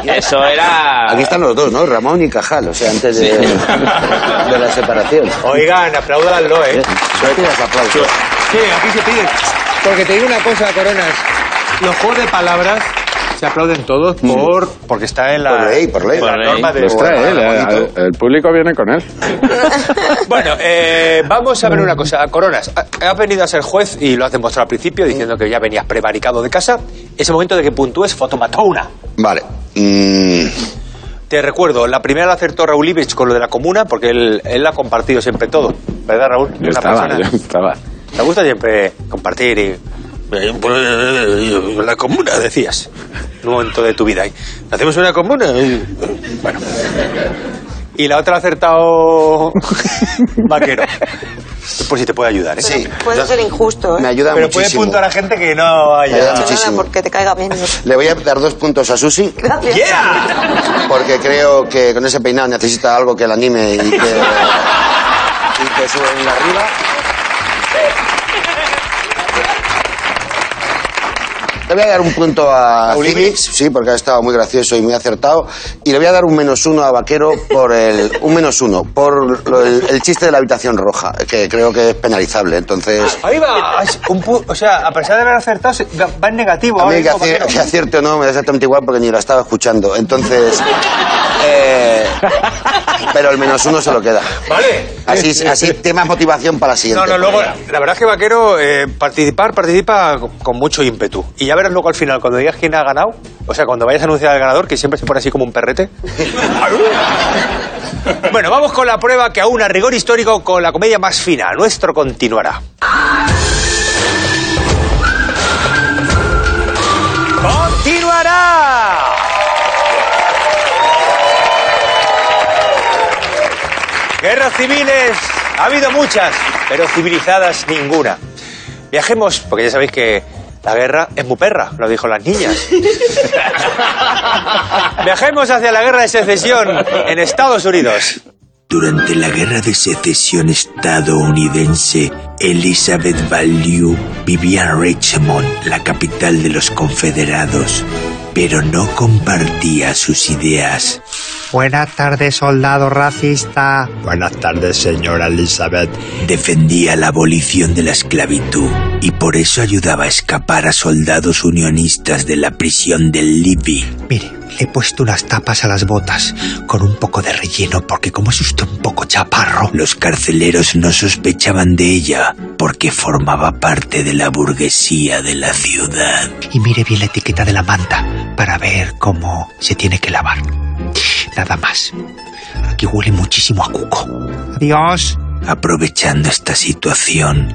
[SPEAKER 3] Eso era.
[SPEAKER 4] Aquí están los dos, ¿no? Ramón y Cajal, o sea, antes de, de la separación.
[SPEAKER 1] Oigan, apláudanlo, ¿eh?
[SPEAKER 4] Suerte y los aplausos.
[SPEAKER 1] Sí, aquí se piden. Porque te digo una cosa, Coronas. Los juegos de palabras se aplauden todos por porque está en la,
[SPEAKER 4] Por ley, por ley.
[SPEAKER 1] en la
[SPEAKER 3] Por ley.
[SPEAKER 1] norma de
[SPEAKER 2] Los trae él, eh,
[SPEAKER 4] Bonito.
[SPEAKER 2] el, el público viene con él.
[SPEAKER 1] Bueno, eh, vamos a ver una cosa. Coronas, ha- has venido a ser juez y lo has demostrado al principio diciendo que ya venías prevaricado de casa. Es el momento de que puntúes fotomatona.
[SPEAKER 4] Vale. Mm,
[SPEAKER 1] Te recuerdo, la primera la acertó Raúl Ibich con lo de la comuna, porque él, él ha compartido siempre todo. ¿Verdad, Raúl?
[SPEAKER 2] Yo
[SPEAKER 1] Una
[SPEAKER 2] estaba,
[SPEAKER 1] persona-
[SPEAKER 2] yo estaba.
[SPEAKER 1] Te gusta siempre compartir y... La comuna, decías. En un momento de tu vida. y, Hacemos una comuna. y- Bueno. Y la otra ha acertado Vaquero. Por si te puede ayudar, ¿eh?
[SPEAKER 4] Sí.
[SPEAKER 8] Puede ser injusto,
[SPEAKER 4] Me
[SPEAKER 8] ¿eh?
[SPEAKER 4] ayuda
[SPEAKER 1] Pero puede
[SPEAKER 4] muchísimo.
[SPEAKER 1] puntuar a gente que no
[SPEAKER 4] Me ayuda
[SPEAKER 1] haya...
[SPEAKER 8] No nada
[SPEAKER 4] muchísimo.
[SPEAKER 8] porque te caiga menos.
[SPEAKER 4] Le voy a dar dos puntos a Susi
[SPEAKER 8] Gracias.
[SPEAKER 1] ¡Yeah!
[SPEAKER 4] porque creo que con ese peinado necesita algo que la anime y que, y que sube bien arriba. Le voy a dar un punto a
[SPEAKER 1] ¿Raúl
[SPEAKER 4] Civix, sí, porque ha estado muy gracioso y muy acertado. Y le voy a dar un menos uno a Vaquero por el. Un menos uno, por lo- el, el chiste de la habitación roja, que creo que es penalizable. Entonces.
[SPEAKER 1] Ahí va. es un pu- o sea, a pesar de haber acertado, se- va va en negativo. ¿eh?
[SPEAKER 4] A
[SPEAKER 1] ahora
[SPEAKER 4] mí que,
[SPEAKER 1] mismo,
[SPEAKER 4] aci-
[SPEAKER 1] Vaquero.
[SPEAKER 4] que acierte o no me da exactamente igual porque ni la estaba escuchando. Entonces. eh, pero el menos uno se lo queda.
[SPEAKER 1] Vale.
[SPEAKER 4] Así, así tiene más motivación para la
[SPEAKER 1] No,
[SPEAKER 4] siguiente.
[SPEAKER 1] no, luego, la verdad es que Vaquero, eh, participar, participa con- con mucho ímpetu. Y ya verás luego al final, cuando digas quién ha ganado, o sea, cuando vayas a anunciar al ganador, que siempre se pone así como un perrete. bueno, vamos con la prueba que aún a rigor histórico con la comedia más fina. Nuestro continuará. ¡Continuará! Guerras civiles ha habido muchas, pero civilizadas ninguna. Viajemos, porque ya sabéis que la guerra es muy perra, lo dijo las niñas. Viajemos hacia la guerra de secesión en Estados Unidos.
[SPEAKER 9] Durante la guerra de secesión estadounidense, Elizabeth Value vivía en Richmond, la capital de los confederados, pero no compartía sus ideas.
[SPEAKER 10] Buenas tardes, soldado racista.
[SPEAKER 11] Buenas tardes, señora Elizabeth.
[SPEAKER 9] Defendía la abolición de la esclavitud y por eso ayudaba a escapar a soldados unionistas de la prisión del Libby.
[SPEAKER 11] Mire, le he puesto unas tapas a las botas con un poco de relleno porque como es usted un poco chaparro.
[SPEAKER 9] Los carceleros no sospechaban de ella porque formaba parte de la burguesía de la ciudad.
[SPEAKER 11] Y mire bien la etiqueta de la manta para ver cómo se tiene que lavar. Nada más. Aquí huele muchísimo a cuco. Adiós.
[SPEAKER 9] Aprovechando esta situación,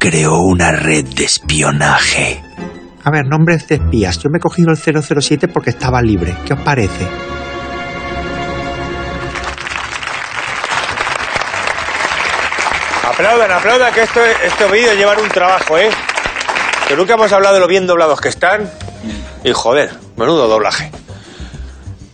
[SPEAKER 9] creó una red de espionaje.
[SPEAKER 11] A ver, nombres de espías. Yo me he cogido el 007 porque estaba libre. ¿Qué os parece?
[SPEAKER 1] Aplaudan, aplaudan, que esto, este vídeo llevar un trabajo, ¿eh? Que nunca hemos hablado de lo bien doblados que están. Y joder, menudo doblaje.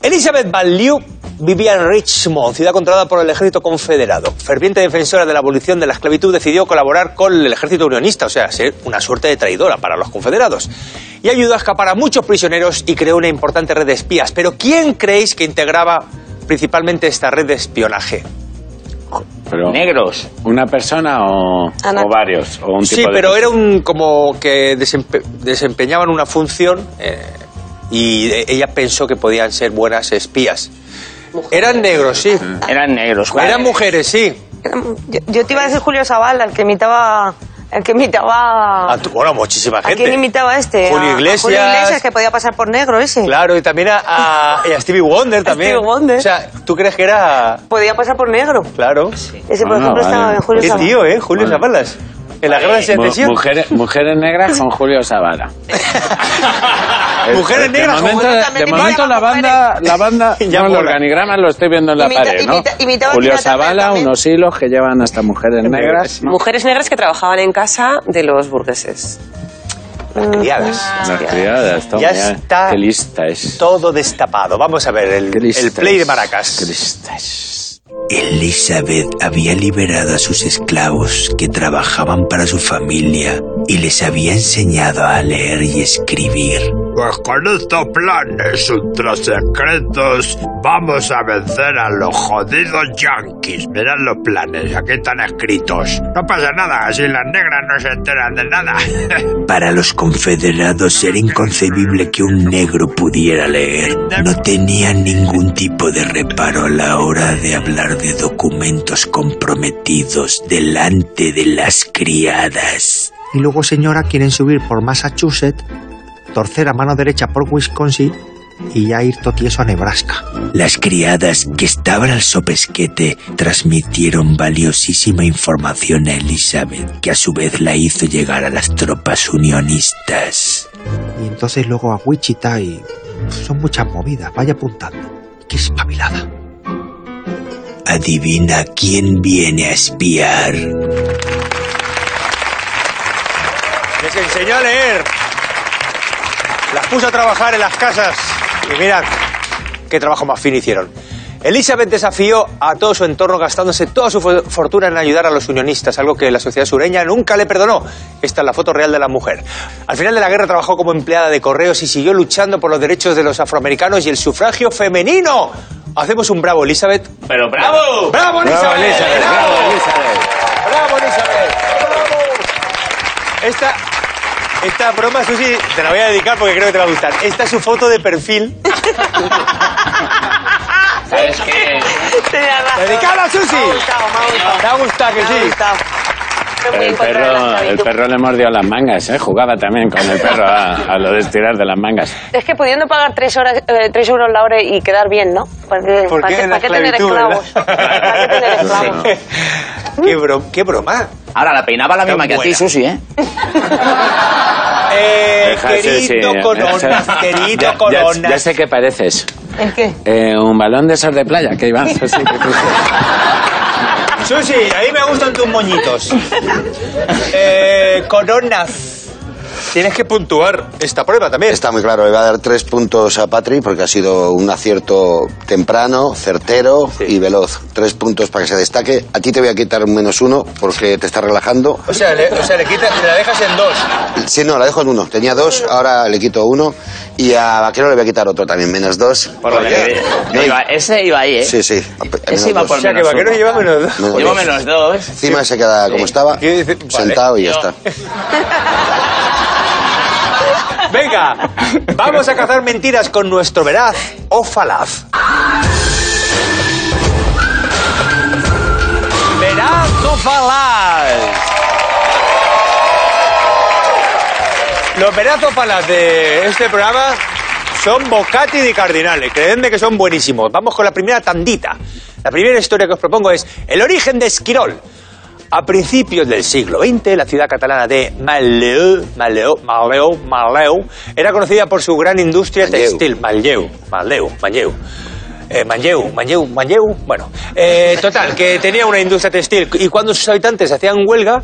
[SPEAKER 1] Elizabeth Van Leeuw vivía en Richmond, ciudad controlada por el ejército confederado. Ferviente defensora de la abolición de la esclavitud, decidió colaborar con el ejército unionista, o sea, ser una suerte de traidora para los confederados. Y ayudó a escapar a muchos prisioneros y creó una importante red de espías. Pero ¿quién creéis que integraba principalmente esta red de espionaje?
[SPEAKER 2] Pero,
[SPEAKER 3] Negros.
[SPEAKER 2] ¿Una persona o,
[SPEAKER 8] Ana.
[SPEAKER 2] o varios? O un
[SPEAKER 1] Sí,
[SPEAKER 2] tipo de
[SPEAKER 1] pero
[SPEAKER 2] persona?
[SPEAKER 1] era un como que desempe- desempeñaban una función eh, y e- ella pensó que podían ser buenas espías. Eran negros, sí.
[SPEAKER 2] Ah.
[SPEAKER 3] Eran negros.
[SPEAKER 1] Eran mujeres, sí.
[SPEAKER 7] Yo, yo te iba a decir Julio Sabal, al que imitaba. El que imitaba.
[SPEAKER 1] A tu- bueno, muchísima
[SPEAKER 7] Ah. ¿A
[SPEAKER 1] gente.
[SPEAKER 7] quién imitaba este?
[SPEAKER 1] Julio
[SPEAKER 7] A- a
[SPEAKER 1] Iglesias.
[SPEAKER 7] Julio Iglesias, que podía pasar por negro ese.
[SPEAKER 1] Claro, y también a, a- y a Stevie Wonder también.
[SPEAKER 7] Stevie Wonder.
[SPEAKER 1] O sea, ¿tú crees que era...?
[SPEAKER 7] Podía pasar por negro.
[SPEAKER 1] Claro.
[SPEAKER 7] Ese, por
[SPEAKER 2] Ah,
[SPEAKER 7] ejemplo,
[SPEAKER 2] vale.
[SPEAKER 7] estaba en Julio
[SPEAKER 1] Qué
[SPEAKER 7] Sabal.
[SPEAKER 1] tío, ¿eh? Julio
[SPEAKER 2] Vale.
[SPEAKER 1] Zapalas. En la guerra de
[SPEAKER 2] Mu-
[SPEAKER 1] secesión.
[SPEAKER 2] mujeres, mujeres negras con Julio Zavala.
[SPEAKER 1] Mujeres
[SPEAKER 2] De
[SPEAKER 1] negras.
[SPEAKER 2] momento,
[SPEAKER 1] joder.
[SPEAKER 8] Bueno, también
[SPEAKER 2] de momento la
[SPEAKER 8] imitaban
[SPEAKER 2] banda, la banda
[SPEAKER 1] Ya
[SPEAKER 2] no, el
[SPEAKER 1] mola.
[SPEAKER 2] organigrama lo estoy viendo en la
[SPEAKER 8] Imita-
[SPEAKER 2] pared, ¿no?
[SPEAKER 8] imita- imitaba
[SPEAKER 2] Julio
[SPEAKER 8] piratas
[SPEAKER 2] Zavala,
[SPEAKER 8] también.
[SPEAKER 2] unos hilos que llevan hasta mujeres negras. ¿no?
[SPEAKER 5] Mujeres negras que trabajaban en casa de los burgueses.
[SPEAKER 1] Las criadas.
[SPEAKER 2] Las criadas, toma,
[SPEAKER 1] Ya está.
[SPEAKER 2] Qué lista es.
[SPEAKER 1] Todo destapado. Vamos a ver el,
[SPEAKER 2] Qué lista
[SPEAKER 1] el play
[SPEAKER 2] es.
[SPEAKER 1] de Maracas.
[SPEAKER 2] Qué lista es.
[SPEAKER 9] Elizabeth había liberado a sus esclavos que trabajaban para su familia y les había enseñado a leer y escribir.
[SPEAKER 11] Pues con estos planes ultrasecretos vamos a vencer a los jodidos yanquis. Mirad los planes, aquí están escritos. No pasa nada, si las negras no se enteran de nada.
[SPEAKER 9] Para los confederados era inconcebible que un negro pudiera leer. No tenían ningún tipo de reparo a la hora de hablar de documentos comprometidos delante de las criadas.
[SPEAKER 10] Y luego, señora, quieren subir por Massachusetts, torcer a mano derecha por Wisconsin y ya ir totieso a Nebraska.
[SPEAKER 9] Las criadas que estaban al sopesquete transmitieron valiosísima información a Elizabeth, que a su vez la hizo llegar a las tropas unionistas.
[SPEAKER 10] Y entonces luego a Wichita y pff, son muchas movidas, vaya apuntando. Qué espabilada.
[SPEAKER 9] Adivina quién viene a espiar.
[SPEAKER 1] Les enseñó a leer. Las puso a trabajar en las casas. Y mirad qué trabajo más fino hicieron. Elizabeth desafió a todo su entorno gastándose toda su fo- fortuna en ayudar a los unionistas, algo que la sociedad sureña nunca le perdonó. Esta es la foto real de la mujer. Al final de la guerra trabajó como empleada de correos y siguió luchando por los derechos de los afroamericanos y el sufragio femenino. Hacemos un bravo, Elizabeth.
[SPEAKER 3] Pero bravo.
[SPEAKER 1] ¡Bravo, Elizabeth!
[SPEAKER 3] Bravo, Elizabeth,
[SPEAKER 1] ¡Bravo!
[SPEAKER 3] bravo,
[SPEAKER 1] ¡Bravo, Elizabeth! ¡Bravo! Esta, esta broma, Susi, te la voy a dedicar porque creo que te va a gustar. Esta es su foto de perfil.
[SPEAKER 3] ¿Sabes qué?
[SPEAKER 1] ¡Dedicada a Susi! Te ha gustado que sí.
[SPEAKER 2] El perro, el perro le mordió las mangas, ¿eh? Jugaba también con el perro a, a lo de estirar de las mangas.
[SPEAKER 7] Es que pudiendo pagar 3 horas, eh, tres euros la hora y quedar bien, ¿no? ¿Para qué,
[SPEAKER 1] ¿Por
[SPEAKER 7] para
[SPEAKER 1] qué
[SPEAKER 7] qué-
[SPEAKER 1] la
[SPEAKER 7] para qué tener
[SPEAKER 1] esclavitud,
[SPEAKER 7] esclavos? ¿Para qué tener esclavos?
[SPEAKER 1] ¿Qué, bro- qué broma?
[SPEAKER 3] Ahora la peinaba la misma que a ti, Susi, ¿eh?
[SPEAKER 1] Eh,
[SPEAKER 2] Deja- sí, sí,
[SPEAKER 1] querido
[SPEAKER 2] ya-
[SPEAKER 1] Corona,
[SPEAKER 2] ya-
[SPEAKER 1] querido
[SPEAKER 2] ya- ya-
[SPEAKER 1] Corona.
[SPEAKER 2] Ya, sé qué pareces.
[SPEAKER 7] ¿El qué?
[SPEAKER 2] Eh, un balón de esos de playa que iba. así, que tú-
[SPEAKER 1] Susi, a mí me gustan tus moñitos. Eh, coronas. Tienes que puntuar esta prueba también.
[SPEAKER 4] Está muy claro, le voy a dar tres puntos a Patri porque ha sido un acierto temprano, certero y veloz. Tres puntos para que se destaque. A ti te voy a quitar un menos uno porque te estás relajando.
[SPEAKER 1] O sea, le, o sea, le quitas, le la dejas en dos.
[SPEAKER 4] Sí, no, la dejo en uno. Tenía dos, ahora le quito uno. Y a Vaquero le voy a quitar otro también, menos dos.
[SPEAKER 3] Por lo que-
[SPEAKER 4] No,
[SPEAKER 3] Iba- ese iba ahí, ¿eh?
[SPEAKER 4] Sí, sí.
[SPEAKER 3] Ese
[SPEAKER 4] menos
[SPEAKER 3] iba
[SPEAKER 4] dos.
[SPEAKER 3] por
[SPEAKER 1] O sea, que
[SPEAKER 3] menos
[SPEAKER 1] vaquero
[SPEAKER 3] uno.
[SPEAKER 1] lleva menos dos.
[SPEAKER 4] Menos
[SPEAKER 3] Llevo
[SPEAKER 4] dos.
[SPEAKER 3] menos dos.
[SPEAKER 4] Encima se queda como estaba,
[SPEAKER 1] Quiere decir- vale.
[SPEAKER 4] sentado y ya
[SPEAKER 3] No.
[SPEAKER 4] está.
[SPEAKER 1] Venga, vamos a cazar mentiras con nuestro veraz o falaz. Veraz o falaz. Los veraz o falaz de este programa son Bocati de Cardinales. Creedme que son buenísimos. Vamos con la primera tandita. La primera historia que os propongo es el origen de Esquirol. A principios del siglo XX, la ciudad catalana de Maleu, Maleu, Maleu, Maleu, era conocida por su gran industria
[SPEAKER 4] Manlleu.
[SPEAKER 1] textil. Maleu, Maleu, Maleu. Eh, Manlleu, Manlleu, Manlleu. Bueno, eh, total, que tenía una industria textil. Y cuando sus habitantes hacían huelga,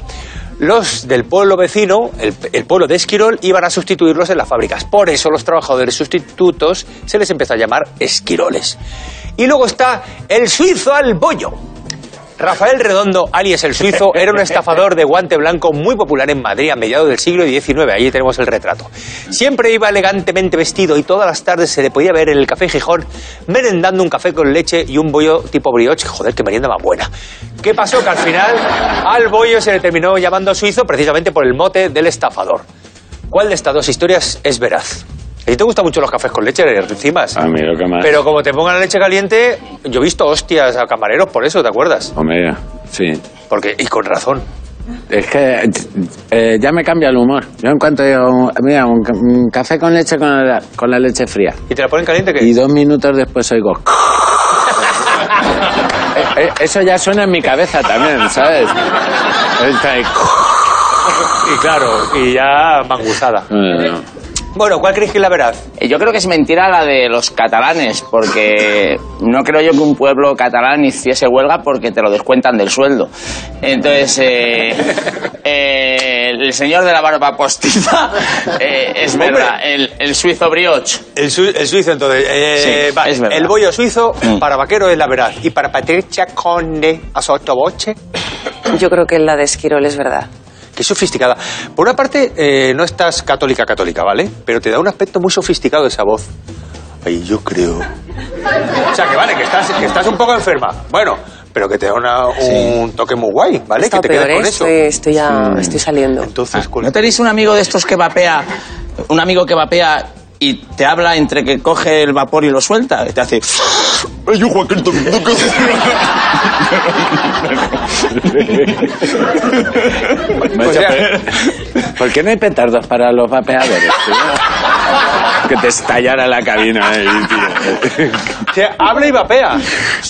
[SPEAKER 1] los del pueblo vecino, el, el pueblo de Esquirol, iban a sustituirlos en las fábricas. Por eso los trabajadores sustitutos se les empezó a llamar esquiroles. Y luego está el suizo al bollo. Rafael Redondo, alias el suizo, era un estafador de guante blanco muy popular en Madrid a mediados del siglo XIX. Ahí tenemos el retrato. Siempre iba elegantemente vestido y todas las tardes se le podía ver en el Café Gijón merendando un café con leche y un bollo tipo brioche. Joder, qué merienda más buena. ¿Qué pasó? Que al final al bollo se le terminó llamando suizo precisamente por el mote del estafador. ¿Cuál de estas dos historias es veraz? ¿A ti te gustan mucho los cafés con leche encima?
[SPEAKER 2] A mí lo que más.
[SPEAKER 1] Pero como te pongan la leche caliente, yo he visto hostias a camareros por eso, ¿te acuerdas?
[SPEAKER 2] Hombre, sí.
[SPEAKER 1] Porque, y con razón.
[SPEAKER 2] Es que eh, ya me cambia el humor. Yo en cuanto digo, mira, un, ca- un café con leche con la, con la leche fría.
[SPEAKER 1] ¿Y te la ponen caliente que
[SPEAKER 2] Y dos minutos después oigo. Eh, eh, Eso ya suena en mi cabeza también, ¿sabes? Está ahí.
[SPEAKER 1] Y claro, y ya mangusada.
[SPEAKER 2] Bueno,
[SPEAKER 1] Bueno, ¿cuál creéis que es la verdad?
[SPEAKER 3] Eh, Yo creo que es mentira la de los catalanes, porque no creo yo que un pueblo catalán hiciese huelga porque te lo descuentan del sueldo. Entonces, eh, eh, el señor de la barba postiza eh, es
[SPEAKER 1] Hombre.
[SPEAKER 3] verdad, el, el suizo brioche.
[SPEAKER 1] El, su- el suizo, entonces. eh,
[SPEAKER 3] Sí,
[SPEAKER 1] va,
[SPEAKER 3] es verdad.
[SPEAKER 1] El bollo suizo
[SPEAKER 3] Mm.
[SPEAKER 1] para vaquero es la verdad. Y para Patricia Conde a Sotoboche,
[SPEAKER 5] Yo creo que la de Esquirol es verdad.
[SPEAKER 1] que es sofisticada. Por una parte, eh, no estás católica, católica, ¿vale? Pero te da un aspecto muy sofisticado esa voz. Ay, yo creo. O sea, que vale, que estás, que estás un poco enferma. Bueno, pero que te da una- un toque muy guay,
[SPEAKER 5] He
[SPEAKER 1] ¿vale? Que
[SPEAKER 5] estado
[SPEAKER 1] te
[SPEAKER 5] peor,
[SPEAKER 1] quedes con
[SPEAKER 5] ¿eh?
[SPEAKER 1] eso. Ah,
[SPEAKER 5] estoy, estoy ya estoy saliendo.
[SPEAKER 1] Entonces, ¿cuál-
[SPEAKER 3] ¿No tenéis un amigo de estos que vapea, un amigo que vapea y te habla entre que coge el vapor y lo suelta? Y te hace... "Ay, yo, Joaquín, te- te- te-".
[SPEAKER 1] Pues
[SPEAKER 2] me he hecho pe- ¿Por qué no hay petardos para los vapeadores? tío? que te estallara la cabina. eh, tío.
[SPEAKER 1] Que habla y vapea.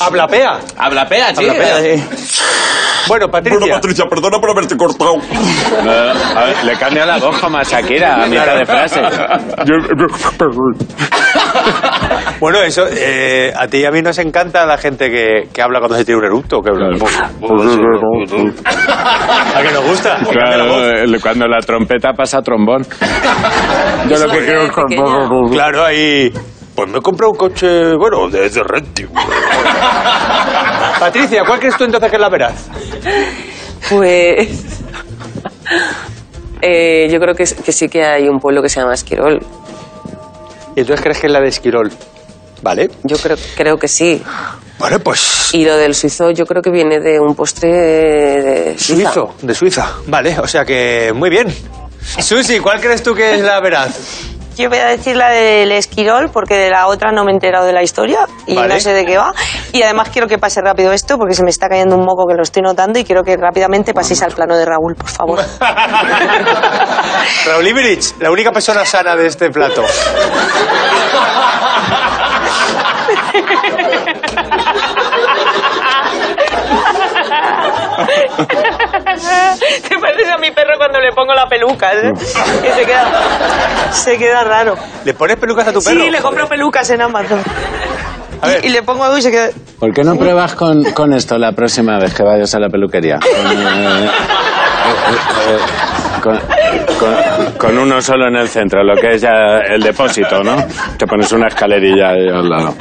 [SPEAKER 1] Hablapea.
[SPEAKER 3] Hablapea, tío.
[SPEAKER 1] Hablapea. Bueno, Patricia.
[SPEAKER 12] Bueno, Patricia, perdona por haberte cortado.
[SPEAKER 2] No, a ver, le cambia la voz como a Shakira a mitad de frase.
[SPEAKER 1] Bueno, eso, eh, a ti y a mí nos encanta la gente que, que habla cuando se tiene un eructo. Que habla. ¿A que nos gusta? Que cambia la voz.
[SPEAKER 2] Claro, eh, cuando la trompeta pasa a trombón. Yo lo que quiero es trombón.
[SPEAKER 1] Claro, ahí. Pues me he comprado un coche, bueno, de, de renting. Patricia, ¿cuál crees tú entonces que es la veraz?
[SPEAKER 5] Pues. eh, yo creo que, que sí que hay un pueblo que se llama Esquirol.
[SPEAKER 1] ¿Y entonces crees que es la de Esquirol? Vale.
[SPEAKER 5] Yo creo, creo que sí.
[SPEAKER 1] Bueno, pues.
[SPEAKER 5] Y lo del suizo, yo creo que viene de un postre de Suiza.
[SPEAKER 1] Suizo, de Suiza. Vale, o sea que muy bien. Susi, ¿cuál crees tú que es la veraz?
[SPEAKER 7] Yo voy a decir la del esquirol porque de la otra no me he enterado de la historia y
[SPEAKER 1] Vale.
[SPEAKER 7] no sé de qué va. Y además quiero que pase rápido esto porque se me está cayendo un moco que lo estoy notando y quiero que rápidamente paséis al plano de Raúl, por favor.
[SPEAKER 1] Raúl Ibrich, la única persona sana de este plato.
[SPEAKER 7] Te pareces a mi perro cuando le pongo la peluca, ¿eh? que se queda, se queda raro.
[SPEAKER 1] ¿Le pones pelucas a tu perro?
[SPEAKER 7] Sí, le compro pelucas en Amazon.
[SPEAKER 1] A ver.
[SPEAKER 7] Y, y le pongo algo y se queda...
[SPEAKER 2] ¿Por qué no pruebas con, con esto la próxima vez que vayas a la peluquería? Con, eh, eh, eh, con- con- con uno solo en el centro, lo que es ya el depósito, ¿no? Te pones una escalerilla ahí al lado.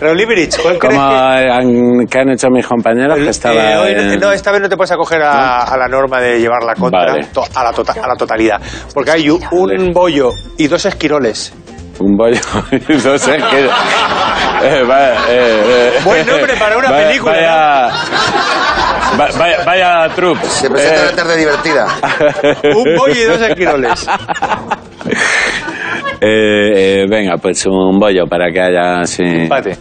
[SPEAKER 1] Raúl Ibrich, ¿cuál crees
[SPEAKER 2] Como
[SPEAKER 1] que
[SPEAKER 2] han, que han hecho mis compañeros que estaba
[SPEAKER 1] Eh, hoy no, te-
[SPEAKER 2] en- ¿Eh?
[SPEAKER 1] no, esta vez no te puedes acoger a, a la norma de llevar la contra
[SPEAKER 2] Vale.
[SPEAKER 1] to- a, la tota- a la totalidad. Porque hay un, un bollo y dos esquiroles.
[SPEAKER 2] un bollo no sé qué eh, vaya, eh, eh,
[SPEAKER 1] Buen nombre para una
[SPEAKER 2] vaya-
[SPEAKER 1] película,
[SPEAKER 2] vaya va- vaya, vaya troupe.
[SPEAKER 4] Se presenta
[SPEAKER 2] Eh,
[SPEAKER 4] la tarde divertida.
[SPEAKER 1] Un bollo y dos esquiroles.
[SPEAKER 2] Eh, eh, venga, pues un bollo para que haya así.
[SPEAKER 1] Empate.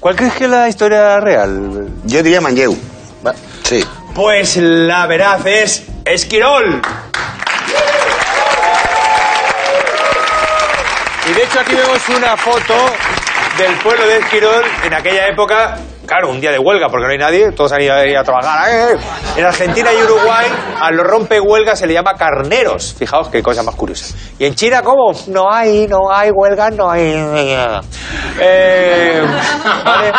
[SPEAKER 1] ¿Cuál crees que es la historia real?
[SPEAKER 4] Yo diría Manlleu. Va- Sí.
[SPEAKER 1] Pues la veraz es Esquirol. Y de hecho aquí vemos una foto del pueblo de Esquirol en aquella época. Claro, un día de huelga porque no hay nadie, todos han ido a, ir a trabajar. ¡eh! En Argentina y Uruguay a los rompehuelgas se le llama carneros. Fijaos qué cosa más curiosa. ¿Y en China cómo? No hay, no hay huelga, no hay. Eh, vale.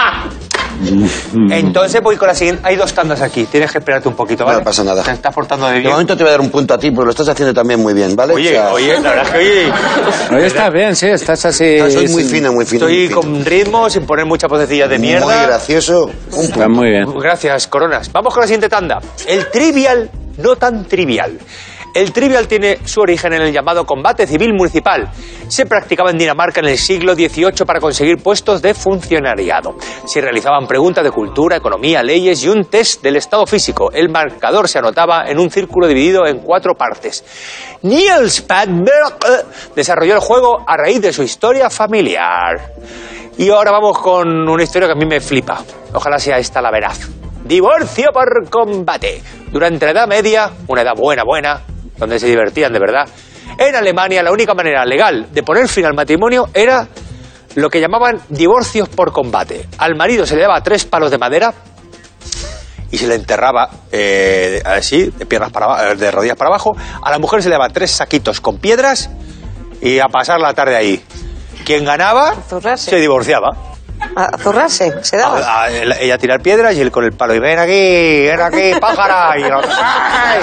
[SPEAKER 1] Entonces voy con la siguiente. Hay dos tandas aquí. Tienes que esperarte un poquito, ¿vale?
[SPEAKER 4] No pasa nada.
[SPEAKER 1] Te estás portando de
[SPEAKER 4] De
[SPEAKER 1] bien.
[SPEAKER 4] momento te voy a dar un punto a ti, porque lo estás haciendo también muy bien, ¿vale? O
[SPEAKER 1] Oye,
[SPEAKER 4] sea,
[SPEAKER 1] oye, la verdad es que oye,
[SPEAKER 2] Hoy estás bien, sí, estás así.
[SPEAKER 4] no, soy muy
[SPEAKER 2] sin-
[SPEAKER 4] fino, muy fino.
[SPEAKER 1] estoy
[SPEAKER 4] muy fino.
[SPEAKER 1] con ritmo, sin poner mucha vocecilla de
[SPEAKER 4] Muy
[SPEAKER 1] mierda.
[SPEAKER 4] gracioso. Un
[SPEAKER 2] Estás muy bien.
[SPEAKER 1] Gracias, coronas. Vamos con la siguiente tanda. El trivial, no tan trivial. El trivial tiene su origen en el llamado combate civil municipal. Se practicaba en Dinamarca en el siglo XVIII para conseguir puestos de funcionariado. Se realizaban preguntas de cultura, economía, leyes y un test del estado físico. El marcador se anotaba en un círculo dividido en cuatro partes. Niels Padberg eh, desarrolló el juego a raíz de su historia familiar. Y ahora vamos con una historia que a mí me flipa. Ojalá sea esta la veraz. Divorcio por combate. Durante la Edad Media, una edad buena, buena, donde se divertían de verdad, en Alemania la única manera legal de poner fin al matrimonio era lo que llamaban divorcios por combate. Al marido se le daba tres palos de madera y se le enterraba eh, así, de, piernas para, aba- eh, de rodillas para abajo. A la mujer se le daba tres saquitos con piedras y a pasar la tarde ahí. Quien ganaba
[SPEAKER 7] Zurrarse.
[SPEAKER 1] se divorciaba.
[SPEAKER 7] A zurrarse, se daba.
[SPEAKER 1] A- a- el- ella tirar piedras y él con el palo y ven aquí, ven aquí, pájara. Y el otro, ¡ay!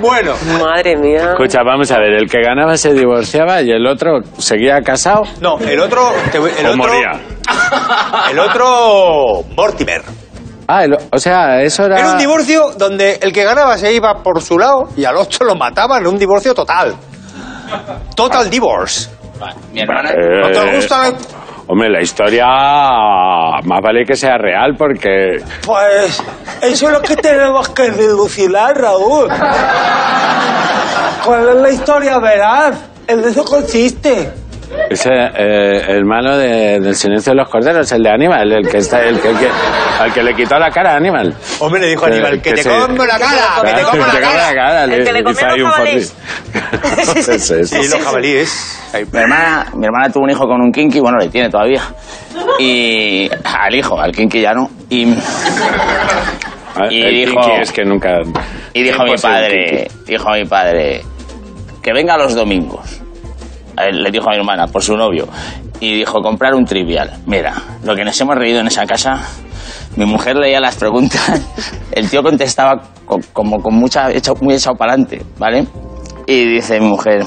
[SPEAKER 1] Bueno,
[SPEAKER 5] Madre mía.
[SPEAKER 2] Escucha, vamos a ver, el que ganaba se divorciaba y el otro seguía casado.
[SPEAKER 1] no, el otro, te voy- el
[SPEAKER 2] O
[SPEAKER 1] otro,
[SPEAKER 2] Pues moría.
[SPEAKER 1] el otro Mortimer.
[SPEAKER 2] Ah, el- o sea, eso era.
[SPEAKER 1] Era un divorcio donde el que ganaba se iba por su lado y al otro lo mataban, un divorcio total. Total divorce.
[SPEAKER 3] Mi hermana.
[SPEAKER 2] Eh,
[SPEAKER 1] ¿No te gusta?
[SPEAKER 2] Hombre, la historia ah, más vale que sea real porque
[SPEAKER 1] Pues eso es lo que tenemos que reducilar, Raúl. ¿Cuál es la historia veraz? En eso consiste.
[SPEAKER 2] Es eh, eh, el malo de- del silencio de los corderos, el de Aníbal, el que está, el que, el que- al que le quitó la cara a Aníbal.
[SPEAKER 1] Hombre, le dijo a Aníbal, "Que te como la cara, que te como la cara". El que le comió los jabalíes.
[SPEAKER 3] Sí, los
[SPEAKER 1] jabalíes.
[SPEAKER 3] Mi hermana, mi hermana tuvo un hijo con un kinky, bueno, le tiene todavía. Y al hijo, al kinky ya no. Y, y
[SPEAKER 2] el
[SPEAKER 3] dijo,
[SPEAKER 2] kinky es que nunca.
[SPEAKER 3] y dijo mi
[SPEAKER 2] Siempre ha sido un
[SPEAKER 3] padre, dijo mi padre, que venga los domingos. A él Le dijo a mi hermana, por su novio. Y dijo, comprar un trivial. Mira, lo que nos hemos reído en esa casa, mi mujer leía las preguntas, el tío contestaba co- como con mucha, hecho- muy echado para adelante, ¿vale? Y dice mi mujer,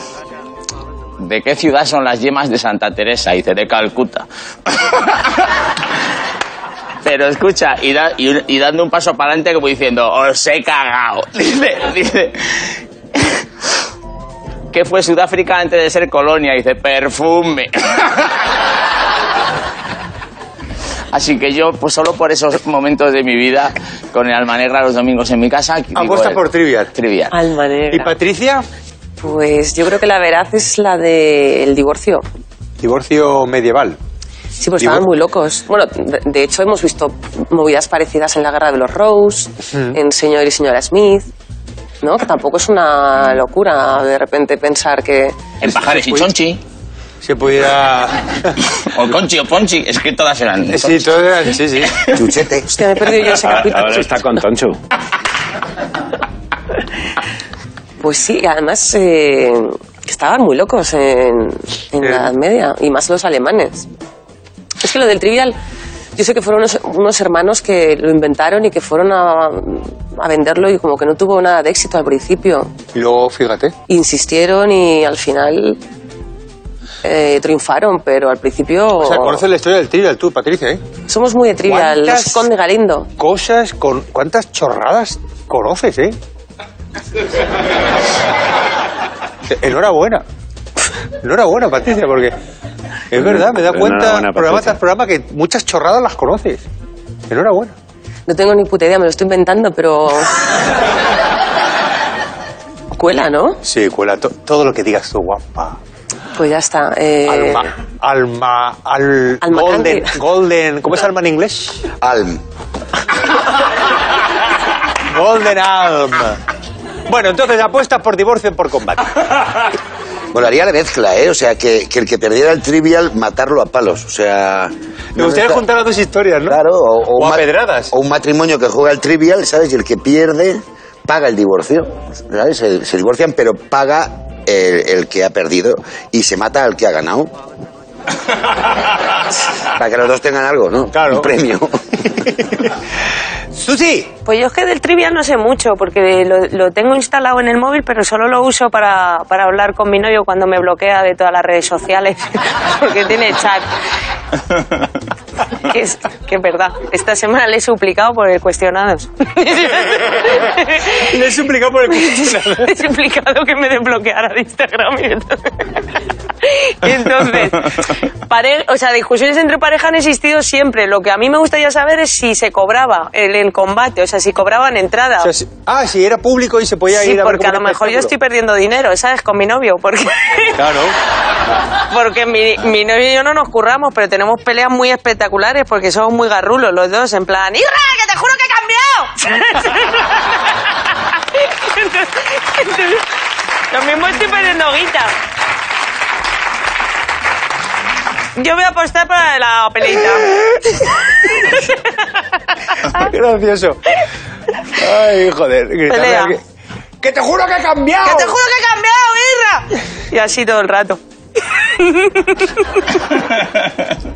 [SPEAKER 3] ¿de qué ciudad son las yemas de Santa Teresa? Y dice, de Calcuta. Pero escucha, y, da- y un- y dando un paso para adelante como diciendo, os he cagado. Dice, dice, ¿qué fue Sudáfrica antes de ser colonia? Dice, perfume. Así que yo, pues solo por esos momentos de mi vida, con el alma negra los domingos en mi casa...
[SPEAKER 1] Apuesta por
[SPEAKER 3] Trivial. Trivial.
[SPEAKER 5] Alma negra.
[SPEAKER 1] ¿Y Patricia?
[SPEAKER 5] Pues yo creo que la veraz es la del divorcio.
[SPEAKER 1] Divorcio medieval.
[SPEAKER 5] Sí, pues estaban
[SPEAKER 1] Divor-
[SPEAKER 5] muy locos. Bueno, de, de hecho hemos visto movidas parecidas en la Guerra de los Rose,
[SPEAKER 1] Mm.
[SPEAKER 5] en Señor y Señora Smith, ¿no? Que tampoco es una locura de repente pensar que...
[SPEAKER 3] En pajares y chonchi.
[SPEAKER 1] Se pudiera...
[SPEAKER 3] o conchi o ponchi, es que todas eran...
[SPEAKER 1] Sí, todas eran, sí, sí.
[SPEAKER 4] Chuchete.
[SPEAKER 5] Hostia, me he perdido yo ese capítulo.
[SPEAKER 2] Ahora está con Tonchu.
[SPEAKER 5] Pues sí, y además eh, que estaban muy locos en, en la Edad Media, y más los alemanes. Es que lo del trivial, yo sé que fueron unos, unos hermanos que lo inventaron y que fueron a, a venderlo y como que no tuvo nada de éxito al principio.
[SPEAKER 1] Y luego, fíjate.
[SPEAKER 5] Insistieron y al final eh, triunfaron, pero al principio...
[SPEAKER 1] O sea, conoces la historia del trivial tú, Patricia, ¿eh?
[SPEAKER 5] Somos muy de trivial, los
[SPEAKER 1] ¿Cuántas
[SPEAKER 5] Conde Galindo.
[SPEAKER 1] Cosas con... ¿Cuántas chorradas conoces, eh? Enhorabuena. Enhorabuena, Patricia, porque... Es verdad, me da cuenta,
[SPEAKER 2] Enhorabuena,
[SPEAKER 1] programa
[SPEAKER 2] Patricia.
[SPEAKER 1] tras programa, que muchas chorradas las conoces. Enhorabuena.
[SPEAKER 5] No tengo ni puta idea, me lo estoy inventando, pero... Cuela, ¿no?
[SPEAKER 1] Sí, cuela, to- todo lo que digas tú, guapa.
[SPEAKER 5] Pues ya está. eh,
[SPEAKER 1] Alma, alma, al,
[SPEAKER 5] Alma
[SPEAKER 1] golden,
[SPEAKER 5] candy.
[SPEAKER 1] golden, ¿cómo es alma en inglés?
[SPEAKER 4] Alm.
[SPEAKER 1] Golden alm. Bueno, entonces apuestas por divorcio por combate.
[SPEAKER 4] Volaría la mezcla, ¿eh? O sea, que, que el que perdiera el trivial, matarlo a palos. O sea.
[SPEAKER 1] Me gustaría juntar las dos historias, ¿no?
[SPEAKER 4] Claro, o,
[SPEAKER 1] O a
[SPEAKER 4] ma-
[SPEAKER 1] pedradas.
[SPEAKER 4] O un matrimonio que juega al trivial, ¿sabes? Y el que pierde, paga el divorcio. ¿Sabes? Se, se divorcian, pero paga el, el que ha perdido y se mata al que ha ganado. Para que los dos tengan algo, ¿no? Claro. Un premio.
[SPEAKER 1] ¡Susi!
[SPEAKER 7] Pues yo es que del trivial no sé mucho, porque lo, lo tengo instalado en el móvil, pero solo lo uso para, para hablar con mi novio cuando me bloquea de todas las redes sociales, porque tiene chat. Que es, que es verdad. Esta semana le he suplicado por el cuestionados.
[SPEAKER 1] Le he suplicado por el cuestionados.
[SPEAKER 7] Le he suplicado que me desbloqueara de Instagram. y Y entonces, pare- o sea, discusiones entre parejas han existido siempre. Lo que a mí me gustaría saber es si se cobraba el, el combate, o sea, si cobraban entrada.
[SPEAKER 1] O sea, si- ah, si era público y se podía
[SPEAKER 7] sí,
[SPEAKER 1] ir a ver
[SPEAKER 7] porque
[SPEAKER 1] como
[SPEAKER 7] a lo
[SPEAKER 1] un
[SPEAKER 7] mejor yo estoy
[SPEAKER 1] espectáculo.
[SPEAKER 7] perdiendo dinero, ¿sabes? Con mi novio, porque,
[SPEAKER 1] Claro.
[SPEAKER 7] porque mi, mi novio y yo no nos curramos, pero tenemos peleas muy espectaculares porque somos muy garrulos los dos, en plan, ¡Irra, que te juro que he cambiado! Entonces- entonces, lo mismo estoy perdiendo guita. Yo voy a apostar para la peleita.
[SPEAKER 1] Gracioso. Ay, joder. gritarle
[SPEAKER 7] Pelea.
[SPEAKER 1] a que- ¡Que te juro que he cambiado!
[SPEAKER 7] ¡Que te juro que he cambiado, Irra! Y así todo el rato.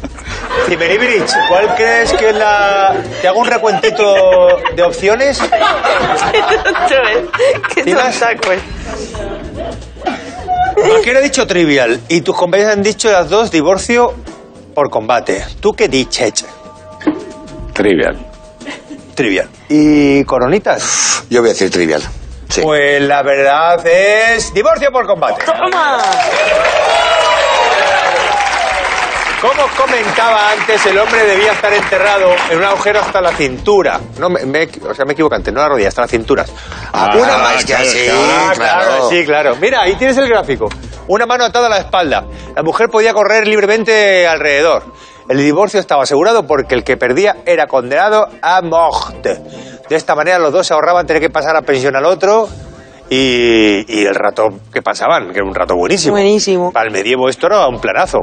[SPEAKER 1] Timeribirich, ¿cuál crees que es la...? Te hago un recuentito de opciones.
[SPEAKER 7] ¡Qué tontaco es!
[SPEAKER 1] Vaquero ha dicho trivial y tus compañeras han dicho las dos divorcio por combate. ¿Tú qué dices?
[SPEAKER 2] Trivial.
[SPEAKER 1] Trivial. ¿Y coronitas?
[SPEAKER 4] Yo voy a decir trivial. Sí.
[SPEAKER 1] Pues la verdad es divorcio por combate.
[SPEAKER 7] ¡Toma!
[SPEAKER 1] Como comentaba antes, el hombre debía estar enterrado en un agujero hasta la cintura. No, me, me- o sea, me equivoco antes, no la rodilla, hasta las cinturas.
[SPEAKER 4] Ah,
[SPEAKER 1] Una
[SPEAKER 4] claro,
[SPEAKER 1] más que
[SPEAKER 4] claro,
[SPEAKER 1] así,
[SPEAKER 4] claro.
[SPEAKER 1] claro, sí, claro. Mira, ahí tienes el gráfico. una mano atada a la espalda. La mujer podía correr libremente alrededor. El divorcio estaba asegurado porque el que perdía era condenado a muerte. De esta manera los dos se ahorraban tener que pasar a pensión al otro y, y el rato que pasaban, que era un rato buenísimo.
[SPEAKER 7] Buenísimo.
[SPEAKER 1] Para el medievo esto era un planazo.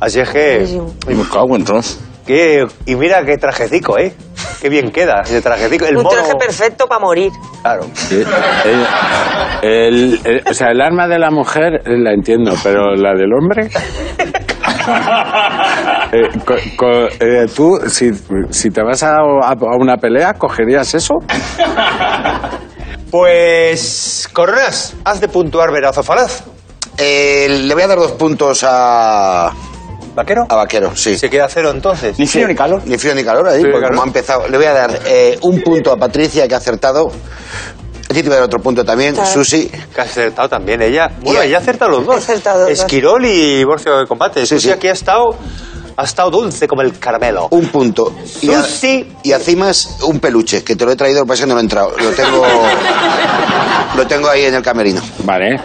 [SPEAKER 1] Así es que...
[SPEAKER 7] Buenísimo.
[SPEAKER 1] Y me cago en y mira qué trajecico, ¿eh? Qué bien queda ese trajecico. El
[SPEAKER 7] Un
[SPEAKER 1] mono-
[SPEAKER 7] traje perfecto para morir.
[SPEAKER 1] Claro.
[SPEAKER 2] El, Eh, el- o sea, el arma de la mujer eh, la entiendo, pero la del hombre. Eh, co- co- eh, Tú, si, si te vas a, a una pelea, ¿cogerías eso?
[SPEAKER 1] Pues, Coronas, haz de puntuar verazo falaz.
[SPEAKER 4] Eh, le voy a dar dos puntos a.
[SPEAKER 1] ¿Vaquero?
[SPEAKER 4] A Vaquero, sí.
[SPEAKER 1] Se queda cero entonces.
[SPEAKER 4] Ni frío ni calor. Ni frío ni calor ahí,
[SPEAKER 1] Frío ni
[SPEAKER 4] porque
[SPEAKER 1] calor.
[SPEAKER 4] como ha empezado. Le voy a dar eh, un punto a Patricia, que ha acertado. A ti te voy a dar otro punto también,
[SPEAKER 1] Claro.
[SPEAKER 4] Susi.
[SPEAKER 1] Que ha acertado también ella. Bueno, ella ha acertado los dos.
[SPEAKER 4] acertado los dos.
[SPEAKER 1] Esquirol y divorcio de combate. Susi aquí ha estado, ha estado dulce como el caramelo.
[SPEAKER 4] Un punto. Y a-
[SPEAKER 1] Susi.
[SPEAKER 4] Y a Cimas, un peluche, que te lo he traído, lo que pasa es que no lo he entrado. Lo tengo. lo tengo ahí en el camerino.
[SPEAKER 2] Vale.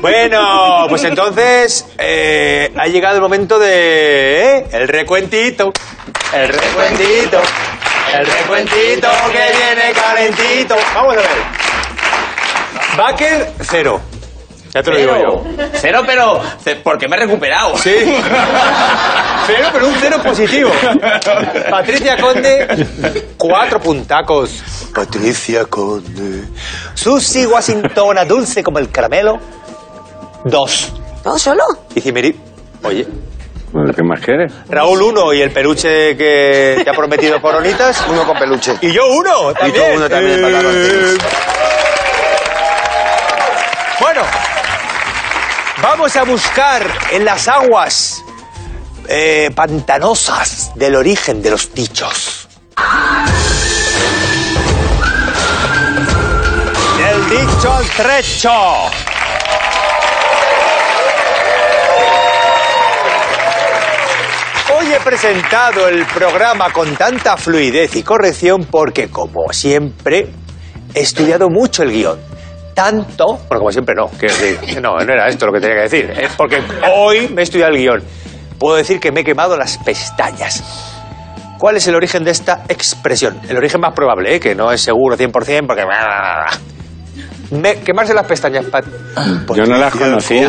[SPEAKER 1] Bueno, pues entonces eh, ha llegado el momento de ¿eh? el recuentito, el recuentito, el recuentito que viene calentito. Vamos a ver. Baker cero. Ya te lo digo yo.
[SPEAKER 3] Cero, pero ce- porque me he recuperado.
[SPEAKER 1] Sí. Cero, pero un cero positivo. Patricia Conde, cuatro puntacos. Patricia Conde. Susi Washingtona, dulce como el caramelo, dos.
[SPEAKER 8] ¿No solo?
[SPEAKER 1] Y Cimeri, oye.
[SPEAKER 2] Bueno, ¿Qué más quieres?
[SPEAKER 1] Raúl uno y el peluche que te ha prometido coronitas.
[SPEAKER 4] Uno con peluche.
[SPEAKER 1] Y yo uno
[SPEAKER 4] Y tú
[SPEAKER 1] también. Eh.
[SPEAKER 4] uno también, para Carlos Tevez.
[SPEAKER 1] Bueno, vamos a buscar en las aguas eh, pantanosas del origen de los dichos. Del dicho al trecho. Hoy he presentado el programa con tanta fluidez y corrección porque, como siempre, he estudiado mucho el guión. Tanto, bueno, como siempre no, quiero decir, no, no era esto lo que tenía que decir, es porque hoy me he estudiado el guión. Puedo decir que me he quemado las pestañas. ¿Cuál es el origen de esta expresión? El origen más probable, ¿eh? que no es seguro 100% porque... Me- quemarse las pestañas, Pat.
[SPEAKER 2] Yo no las conocía.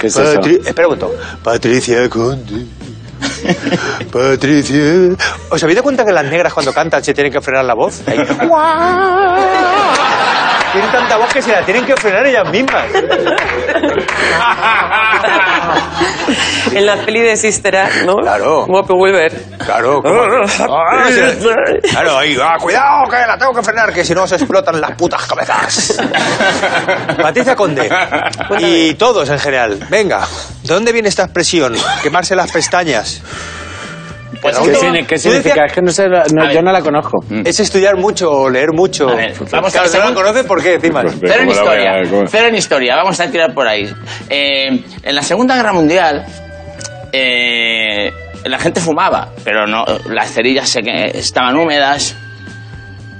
[SPEAKER 2] ¿Qué es eso?
[SPEAKER 1] Patri- Espera un momento. Patricia Conde. Patricia. ¿Os habéis dado cuenta que las negras cuando cantan se tienen que frenar la voz? Ahí. Tienen tanta voz que se la tienen que frenar ellas mismas.
[SPEAKER 5] En la peli de Sister Act, ¿no? pues
[SPEAKER 1] Claro.
[SPEAKER 5] Guapo Wilber.
[SPEAKER 1] Claro, ¿cómo? Ah, sí. Claro, ahí, ah, cuidado, que la tengo que frenar, que si no se explotan las putas cabezas. Patricia Conde, y todos en general, venga, ¿de dónde viene esta expresión? Quemarse las pestañas. Pues
[SPEAKER 2] ¿Qué, signi- qué significa? Es que no sé, la- no, yo no la conozco.
[SPEAKER 1] Es estudiar mucho, leer mucho.
[SPEAKER 3] A ver,
[SPEAKER 1] claro,
[SPEAKER 3] vamos a-
[SPEAKER 1] no la
[SPEAKER 3] según-
[SPEAKER 1] conoces, ¿por qué, Cimas?
[SPEAKER 3] Cero en
[SPEAKER 2] ¿Cómo la voy a
[SPEAKER 3] historia.
[SPEAKER 2] ver? ¿Cómo?
[SPEAKER 3] Cero en historia. Vamos a tirar por ahí. Eh, en la Segunda Guerra Mundial, eh, la gente fumaba, pero no, las cerillas se que- estaban húmedas.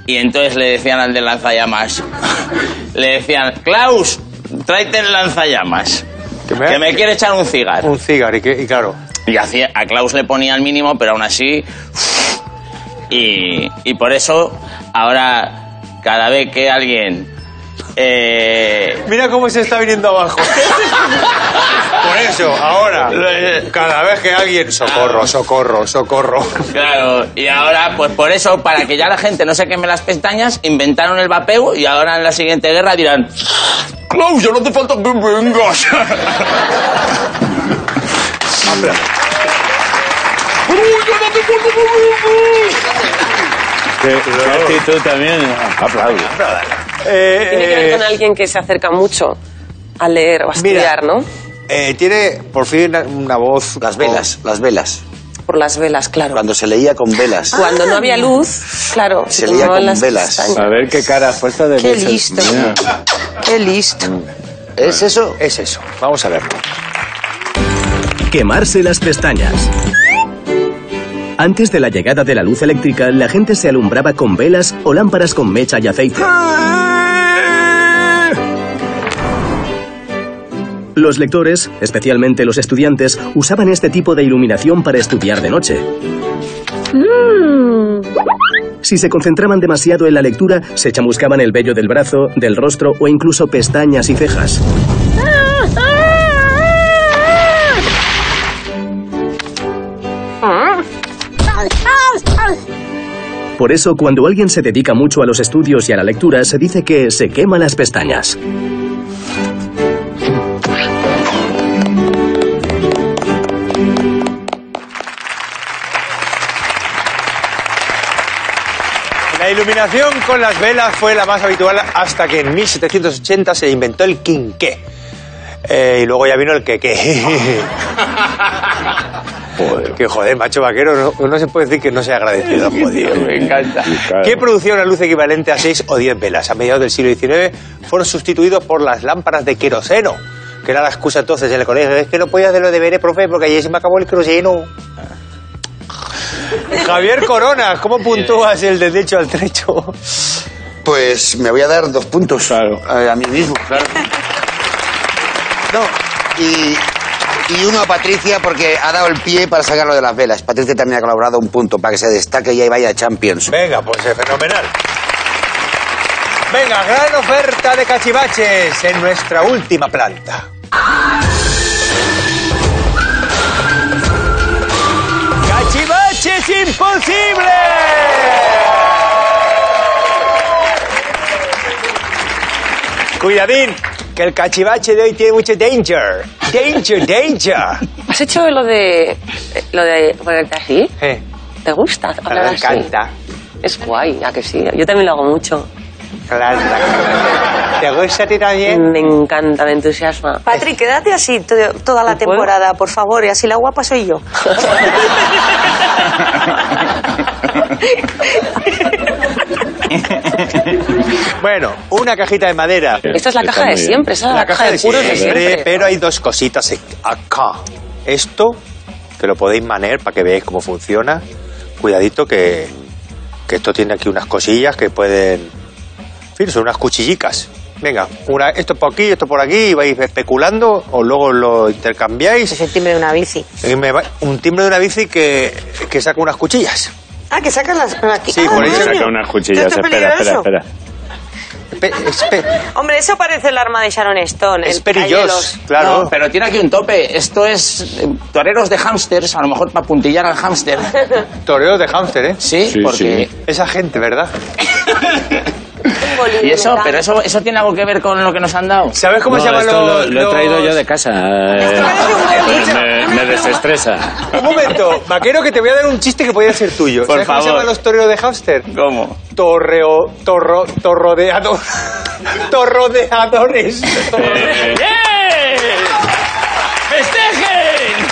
[SPEAKER 3] Y entonces le decían al de lanzallamas, le decían, Klaus, tráete el lanzallamas, que me, quiere echar un cigarro.
[SPEAKER 1] Un cigarro, y, que- y claro.
[SPEAKER 3] Y hacía, a Klaus le ponía el mínimo, pero aún así. Y, y por eso, ahora, cada vez que alguien. eh,
[SPEAKER 1] Mira cómo se está viniendo abajo. Por eso, ahora, cada vez que alguien... Socorro, socorro, socorro.
[SPEAKER 3] claro, y ahora, pues por eso, para que ya la gente no se queme las pestañas, inventaron el vapeo y ahora en la siguiente guerra dirán: Klaus, ya no te falta que vengas.
[SPEAKER 2] Qué, qué actitud también. Aplaudo.
[SPEAKER 1] Eh,
[SPEAKER 5] Tiene que
[SPEAKER 1] eh,
[SPEAKER 5] ver con alguien que se acerca mucho a leer o a
[SPEAKER 1] Mira.
[SPEAKER 5] estudiar, ¿no?
[SPEAKER 1] eh, tiene por fin una, una voz...
[SPEAKER 4] Las velas, las velas.
[SPEAKER 5] Por las velas, claro.
[SPEAKER 4] Cuando se leía con velas.
[SPEAKER 5] Cuando no había luz, claro,
[SPEAKER 4] Se leía
[SPEAKER 5] tomaban
[SPEAKER 4] con
[SPEAKER 5] las
[SPEAKER 4] velas.
[SPEAKER 5] pestañas.
[SPEAKER 2] A ver qué cara has puesto de
[SPEAKER 8] Qué
[SPEAKER 2] bicho.
[SPEAKER 8] listo.
[SPEAKER 2] Mira.
[SPEAKER 8] Qué listo.
[SPEAKER 4] ¿Es eso?
[SPEAKER 1] Es eso. Vamos a verlo.
[SPEAKER 13] Quemarse las pestañas. Antes de la llegada de la luz eléctrica, la gente se alumbraba con velas o lámparas con mecha y aceite. Los lectores, especialmente los estudiantes, usaban este tipo de iluminación para estudiar de noche. Si se concentraban demasiado en la lectura, se chamuscaban el vello del brazo, del rostro o incluso pestañas y cejas. Por eso, cuando alguien se dedica mucho a los estudios y a la lectura, se dice que se quema las pestañas.
[SPEAKER 1] La iluminación con las velas fue la más habitual hasta que en 1780 se inventó el quinqué. Eh, y luego ya vino el quequé. joder. Que joder, macho vaquero, no, no se puede decir que no sea agradecido. Jodido.
[SPEAKER 3] Me encanta.
[SPEAKER 1] ¿Qué producía una luz equivalente a 6 o 10 velas? A mediados del siglo XIX fueron sustituidos por las lámparas de queroseno, que era la excusa entonces en el colegio. Es que no podía hacer los deberes, profe, porque ayer se me acabó el queroseno. Ah. Javier Corona, ¿cómo puntúas el de techo al trecho?
[SPEAKER 4] Pues me voy a dar dos puntos eh, a, a mí mismo. Claro. No, y, y uno a Patricia porque ha dado el pie para sacarlo de las velas. Patricia también ha colaborado un punto para que se destaque y ahí vaya Champions.
[SPEAKER 1] Venga, pues es fenomenal. Venga, gran oferta de cachivaches en nuestra última planta. ¡Cachivaches imposibles! Cuidadín, que el cachivache de hoy tiene mucho danger. Danger, danger.
[SPEAKER 5] ¿Has hecho lo de. lo de ponerte así?
[SPEAKER 1] Eh,
[SPEAKER 5] ¿Te gusta? Hablar
[SPEAKER 1] me
[SPEAKER 5] así?
[SPEAKER 1] encanta.
[SPEAKER 5] Es guay, ya que sí. Yo también lo hago mucho.
[SPEAKER 1] Claro. ¿Te gusta a ti también?
[SPEAKER 5] Me encanta, me entusiasma.
[SPEAKER 8] Patri, quédate así to- toda la temporada, por favor, y así la guapa soy yo.
[SPEAKER 1] Bueno, una cajita de madera.
[SPEAKER 5] Esta es la caja de siempre, esa es la caja Ah, de puros de siempre.
[SPEAKER 1] Pero hay dos cositas e- acá. Esto, que lo podéis maner para que veáis cómo funciona. Cuidadito que, que esto tiene aquí unas cosillas que pueden... En fin, son unas cuchillicas. Venga, una, esto por aquí, esto por aquí, y vais especulando o luego lo intercambiáis.
[SPEAKER 8] Es el timbre de una bici.
[SPEAKER 1] Y me va- un timbre de una bici que, que saca unas cuchillas.
[SPEAKER 8] Ah, que sacas las por aquí.
[SPEAKER 1] Sí,
[SPEAKER 8] Ah,
[SPEAKER 1] por ahí
[SPEAKER 8] coño.
[SPEAKER 2] Saca unas cuchillas.
[SPEAKER 8] Esto es
[SPEAKER 2] Espera, espera,
[SPEAKER 8] peligroso.
[SPEAKER 2] espera.
[SPEAKER 1] Espe- espe-
[SPEAKER 7] Hombre, eso parece el arma de Sharon Stone. el pañuelos.
[SPEAKER 1] claro.
[SPEAKER 3] No, pero tiene aquí un tope. Esto es eh, toreros de hámsters, a lo mejor para puntillar al hámster.
[SPEAKER 1] Toreos de hámster, ¿eh?
[SPEAKER 3] Sí,
[SPEAKER 1] Sí,
[SPEAKER 3] porque...
[SPEAKER 1] sí. Esa gente, ¿verdad?
[SPEAKER 3] Y eso, pero eso, eso tiene algo que ver con lo que nos han dado.
[SPEAKER 1] ¿Sabes cómo
[SPEAKER 2] No,
[SPEAKER 1] se llaman
[SPEAKER 2] esto
[SPEAKER 1] los-
[SPEAKER 2] lo, lo he traído
[SPEAKER 1] los-
[SPEAKER 2] yo de casa. Eh, me, me desestresa.
[SPEAKER 1] Un momento, vaquero, que te voy a dar un chiste que podía ser tuyo.
[SPEAKER 3] Por
[SPEAKER 1] ¿Sabes cómo se
[SPEAKER 3] favor.
[SPEAKER 1] llaman los toreros de hámster?
[SPEAKER 3] ¿Cómo?
[SPEAKER 1] Torreo, torro, torrodeador. Torrodeadores.
[SPEAKER 3] ¡Bien! ¡Festejen!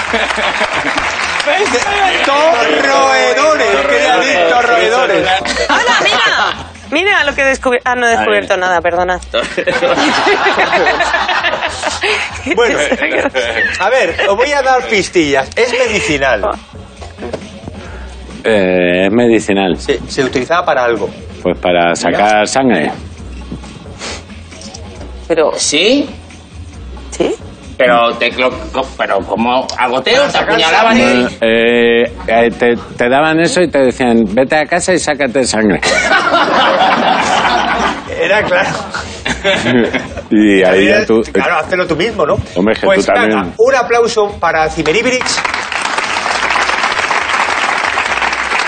[SPEAKER 3] ¡Festejen!
[SPEAKER 1] Torroedores. ¿Qué le han dicho? Torroedores.
[SPEAKER 7] ¡Hola, mira! Mira lo que he descubierto. Ah, no he descubierto nada, perdona.
[SPEAKER 1] Bueno,
[SPEAKER 8] eh,
[SPEAKER 1] a ver, os voy a dar pistillas. Es medicinal.
[SPEAKER 2] Eh, es medicinal.
[SPEAKER 1] Se, se utilizaba para algo.
[SPEAKER 2] Pues para sacar sangre.
[SPEAKER 5] Pero.
[SPEAKER 3] ¿Sí?
[SPEAKER 5] ¿Sí?
[SPEAKER 3] Pero, te, lo- co- pero como a goteo te
[SPEAKER 1] sacar
[SPEAKER 3] apuñalaban
[SPEAKER 1] sangre.
[SPEAKER 3] y...
[SPEAKER 2] Eh, eh, te, te daban eso y te decían, vete a casa y sácate sangre.
[SPEAKER 1] Era claro.
[SPEAKER 2] y ahí ya tú... eh.
[SPEAKER 1] Claro, hazlo tú mismo, ¿no?
[SPEAKER 2] Hombre, que
[SPEAKER 1] pues
[SPEAKER 2] tú también.
[SPEAKER 1] nada, un aplauso para Ciberibrix.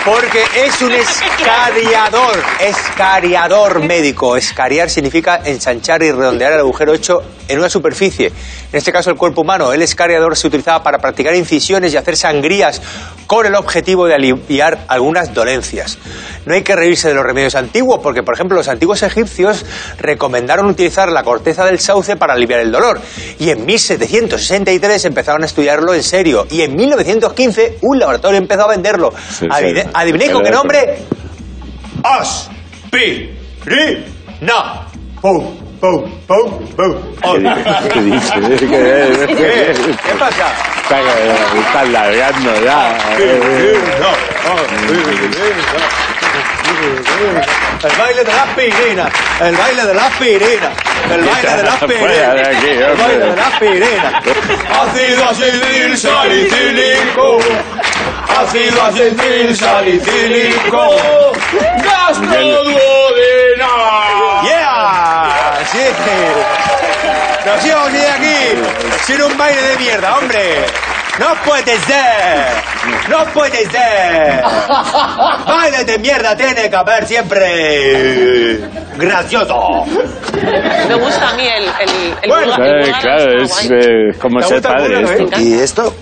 [SPEAKER 1] Porque es un escariador, escariador médico. Escariar significa ensanchar y redondear el agujero hecho en una superficie. En este caso, el cuerpo humano. El escariador se utilizaba para practicar incisiones y hacer sangrías con el objetivo de aliviar algunas dolencias. No hay que reírse de los remedios antiguos, porque, por ejemplo, los antiguos egipcios recomendaron utilizar la corteza del sauce para aliviar el dolor. Y en 1763 empezaron a estudiarlo en serio. Y en 1915 un laboratorio empezó a venderlo.
[SPEAKER 2] Sí,
[SPEAKER 1] Adivine-
[SPEAKER 2] sí.
[SPEAKER 1] adivinéis con qué
[SPEAKER 2] Pero-
[SPEAKER 1] nombre? Aspirina. Pum, pum, pum, pum.
[SPEAKER 2] ¿Qué dices? ¿Qué- qué-
[SPEAKER 1] ¿Qué? Eh, ¿Qué pasa?
[SPEAKER 2] Está, está alargando ya.
[SPEAKER 1] Aspirina, aspirina. El baile de las pirinas, el baile de las pirinas, el baile de las
[SPEAKER 2] Pues,
[SPEAKER 11] Fuera de
[SPEAKER 1] pirinas,
[SPEAKER 11] aquí,
[SPEAKER 1] el baile de las pirinas.
[SPEAKER 11] Ácido acidil salicílico. Ácido acidil salicílico. Gastroduodenal.
[SPEAKER 1] ¡Yeah! ¡Sí! ¡Nos íbamos a ir de aquí sin un baile de mierda, hombre! ¡No puede ser! ¡No puede ser! ¡Baile de mierda tiene que haber siempre! ¡Gracioso!
[SPEAKER 5] Me gusta a mí el... el, el
[SPEAKER 2] Bueno.
[SPEAKER 5] búlgaro, el
[SPEAKER 2] Eh,
[SPEAKER 5] búlgaro
[SPEAKER 2] claro,
[SPEAKER 5] está
[SPEAKER 2] es
[SPEAKER 5] guay.
[SPEAKER 2] eh, como
[SPEAKER 5] ¿Te
[SPEAKER 2] ser
[SPEAKER 5] gusta el
[SPEAKER 2] padre
[SPEAKER 5] búlgaro,
[SPEAKER 2] esto.
[SPEAKER 5] eh?
[SPEAKER 4] ¿Y esto?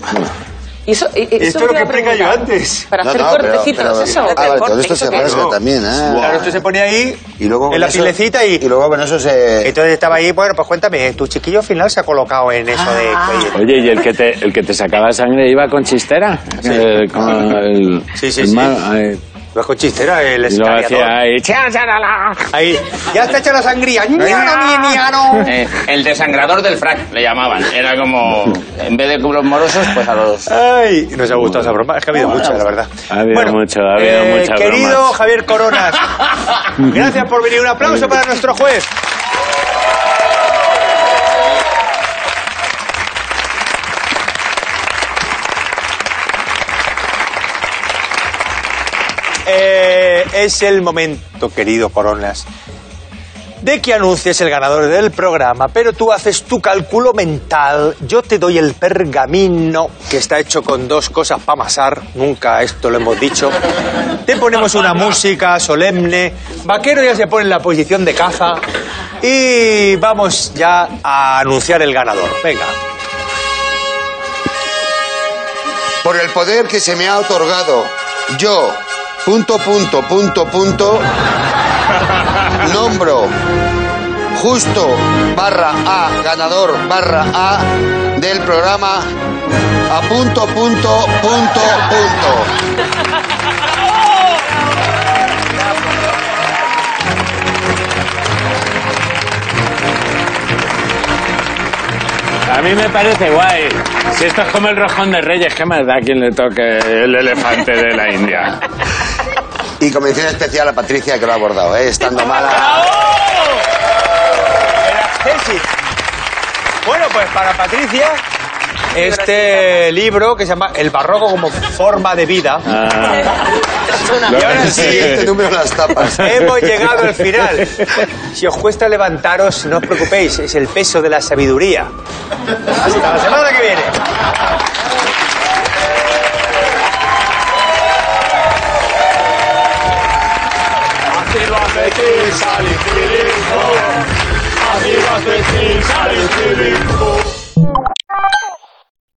[SPEAKER 5] Y eso, y- y
[SPEAKER 1] Esto es lo
[SPEAKER 5] te
[SPEAKER 1] que
[SPEAKER 5] iba a
[SPEAKER 1] explica yo
[SPEAKER 5] preguntar.
[SPEAKER 1] antes.
[SPEAKER 5] Para hacer cortecitos, eso.
[SPEAKER 4] Ah, vale, todo esto
[SPEAKER 5] ¿eso
[SPEAKER 4] se
[SPEAKER 5] qué es?
[SPEAKER 4] rasga también, ¿eh?
[SPEAKER 1] Claro, esto se ponía ahí
[SPEAKER 4] Y luego con
[SPEAKER 1] en la
[SPEAKER 4] eso-
[SPEAKER 1] pilecita y...
[SPEAKER 4] Y luego con eso se...
[SPEAKER 1] Entonces estaba ahí, bueno, pues cuéntame, tu chiquillo al final se ha colocado en eso de...
[SPEAKER 2] Oye, ¿y el que, te, el que te sacaba sangre iba con chistera? Eh, con el,
[SPEAKER 1] Sí, sí,
[SPEAKER 2] el
[SPEAKER 1] sí.
[SPEAKER 2] ma- eh,
[SPEAKER 1] Vas con chistera, el
[SPEAKER 2] y lo hacía ¿eh?
[SPEAKER 1] escariador.
[SPEAKER 2] ahí.
[SPEAKER 1] Ahí, ya está hecha la sangría. ¡Ñano, mi ñano!
[SPEAKER 3] Eh, el desangrador del frac, le llamaban. Era como, en vez de culos morosos, pues a los...
[SPEAKER 1] Ay, nos ha gustado esa broma. Es que ha habido
[SPEAKER 3] Bueno.
[SPEAKER 1] mucha, la verdad.
[SPEAKER 2] Ha habido mucho, ha habido
[SPEAKER 1] eh,
[SPEAKER 2] mucha
[SPEAKER 1] querido
[SPEAKER 2] broma.
[SPEAKER 1] Javier Coronas, gracias por venir. Un aplauso para nuestro juez. Eh, es el momento, querido Coronas, de que anuncies el ganador del programa, pero tú haces tu cálculo mental, yo te doy el pergamino, que está hecho con dos cosas para amasar, nunca esto lo hemos dicho, te ponemos una música solemne, Vaquero ya se pone en la posición de caza y vamos ya a anunciar el ganador, venga.
[SPEAKER 4] Por el poder que se me ha otorgado, yo, punto, punto, punto, punto, nombro justo barra A, ganador barra A del programa a punto, punto, punto, punto.
[SPEAKER 2] A mí me parece guay. Si esto es como el rojón de Reyes, ¿qué más da quien le toque el elefante de la India?
[SPEAKER 4] Y mención especial a Patricia que lo ha abordado, ¿eh? estando mala.
[SPEAKER 1] Bueno, pues para Patricia, este libro que se llama El barroco como forma de vida.
[SPEAKER 2] Ah.
[SPEAKER 1] Y ahora sí,
[SPEAKER 4] Siguiente número en las tapas.
[SPEAKER 1] Hemos llegado al final. Si os cuesta levantaros, no os preocupéis, es el peso de la sabiduría. Hasta la semana que viene.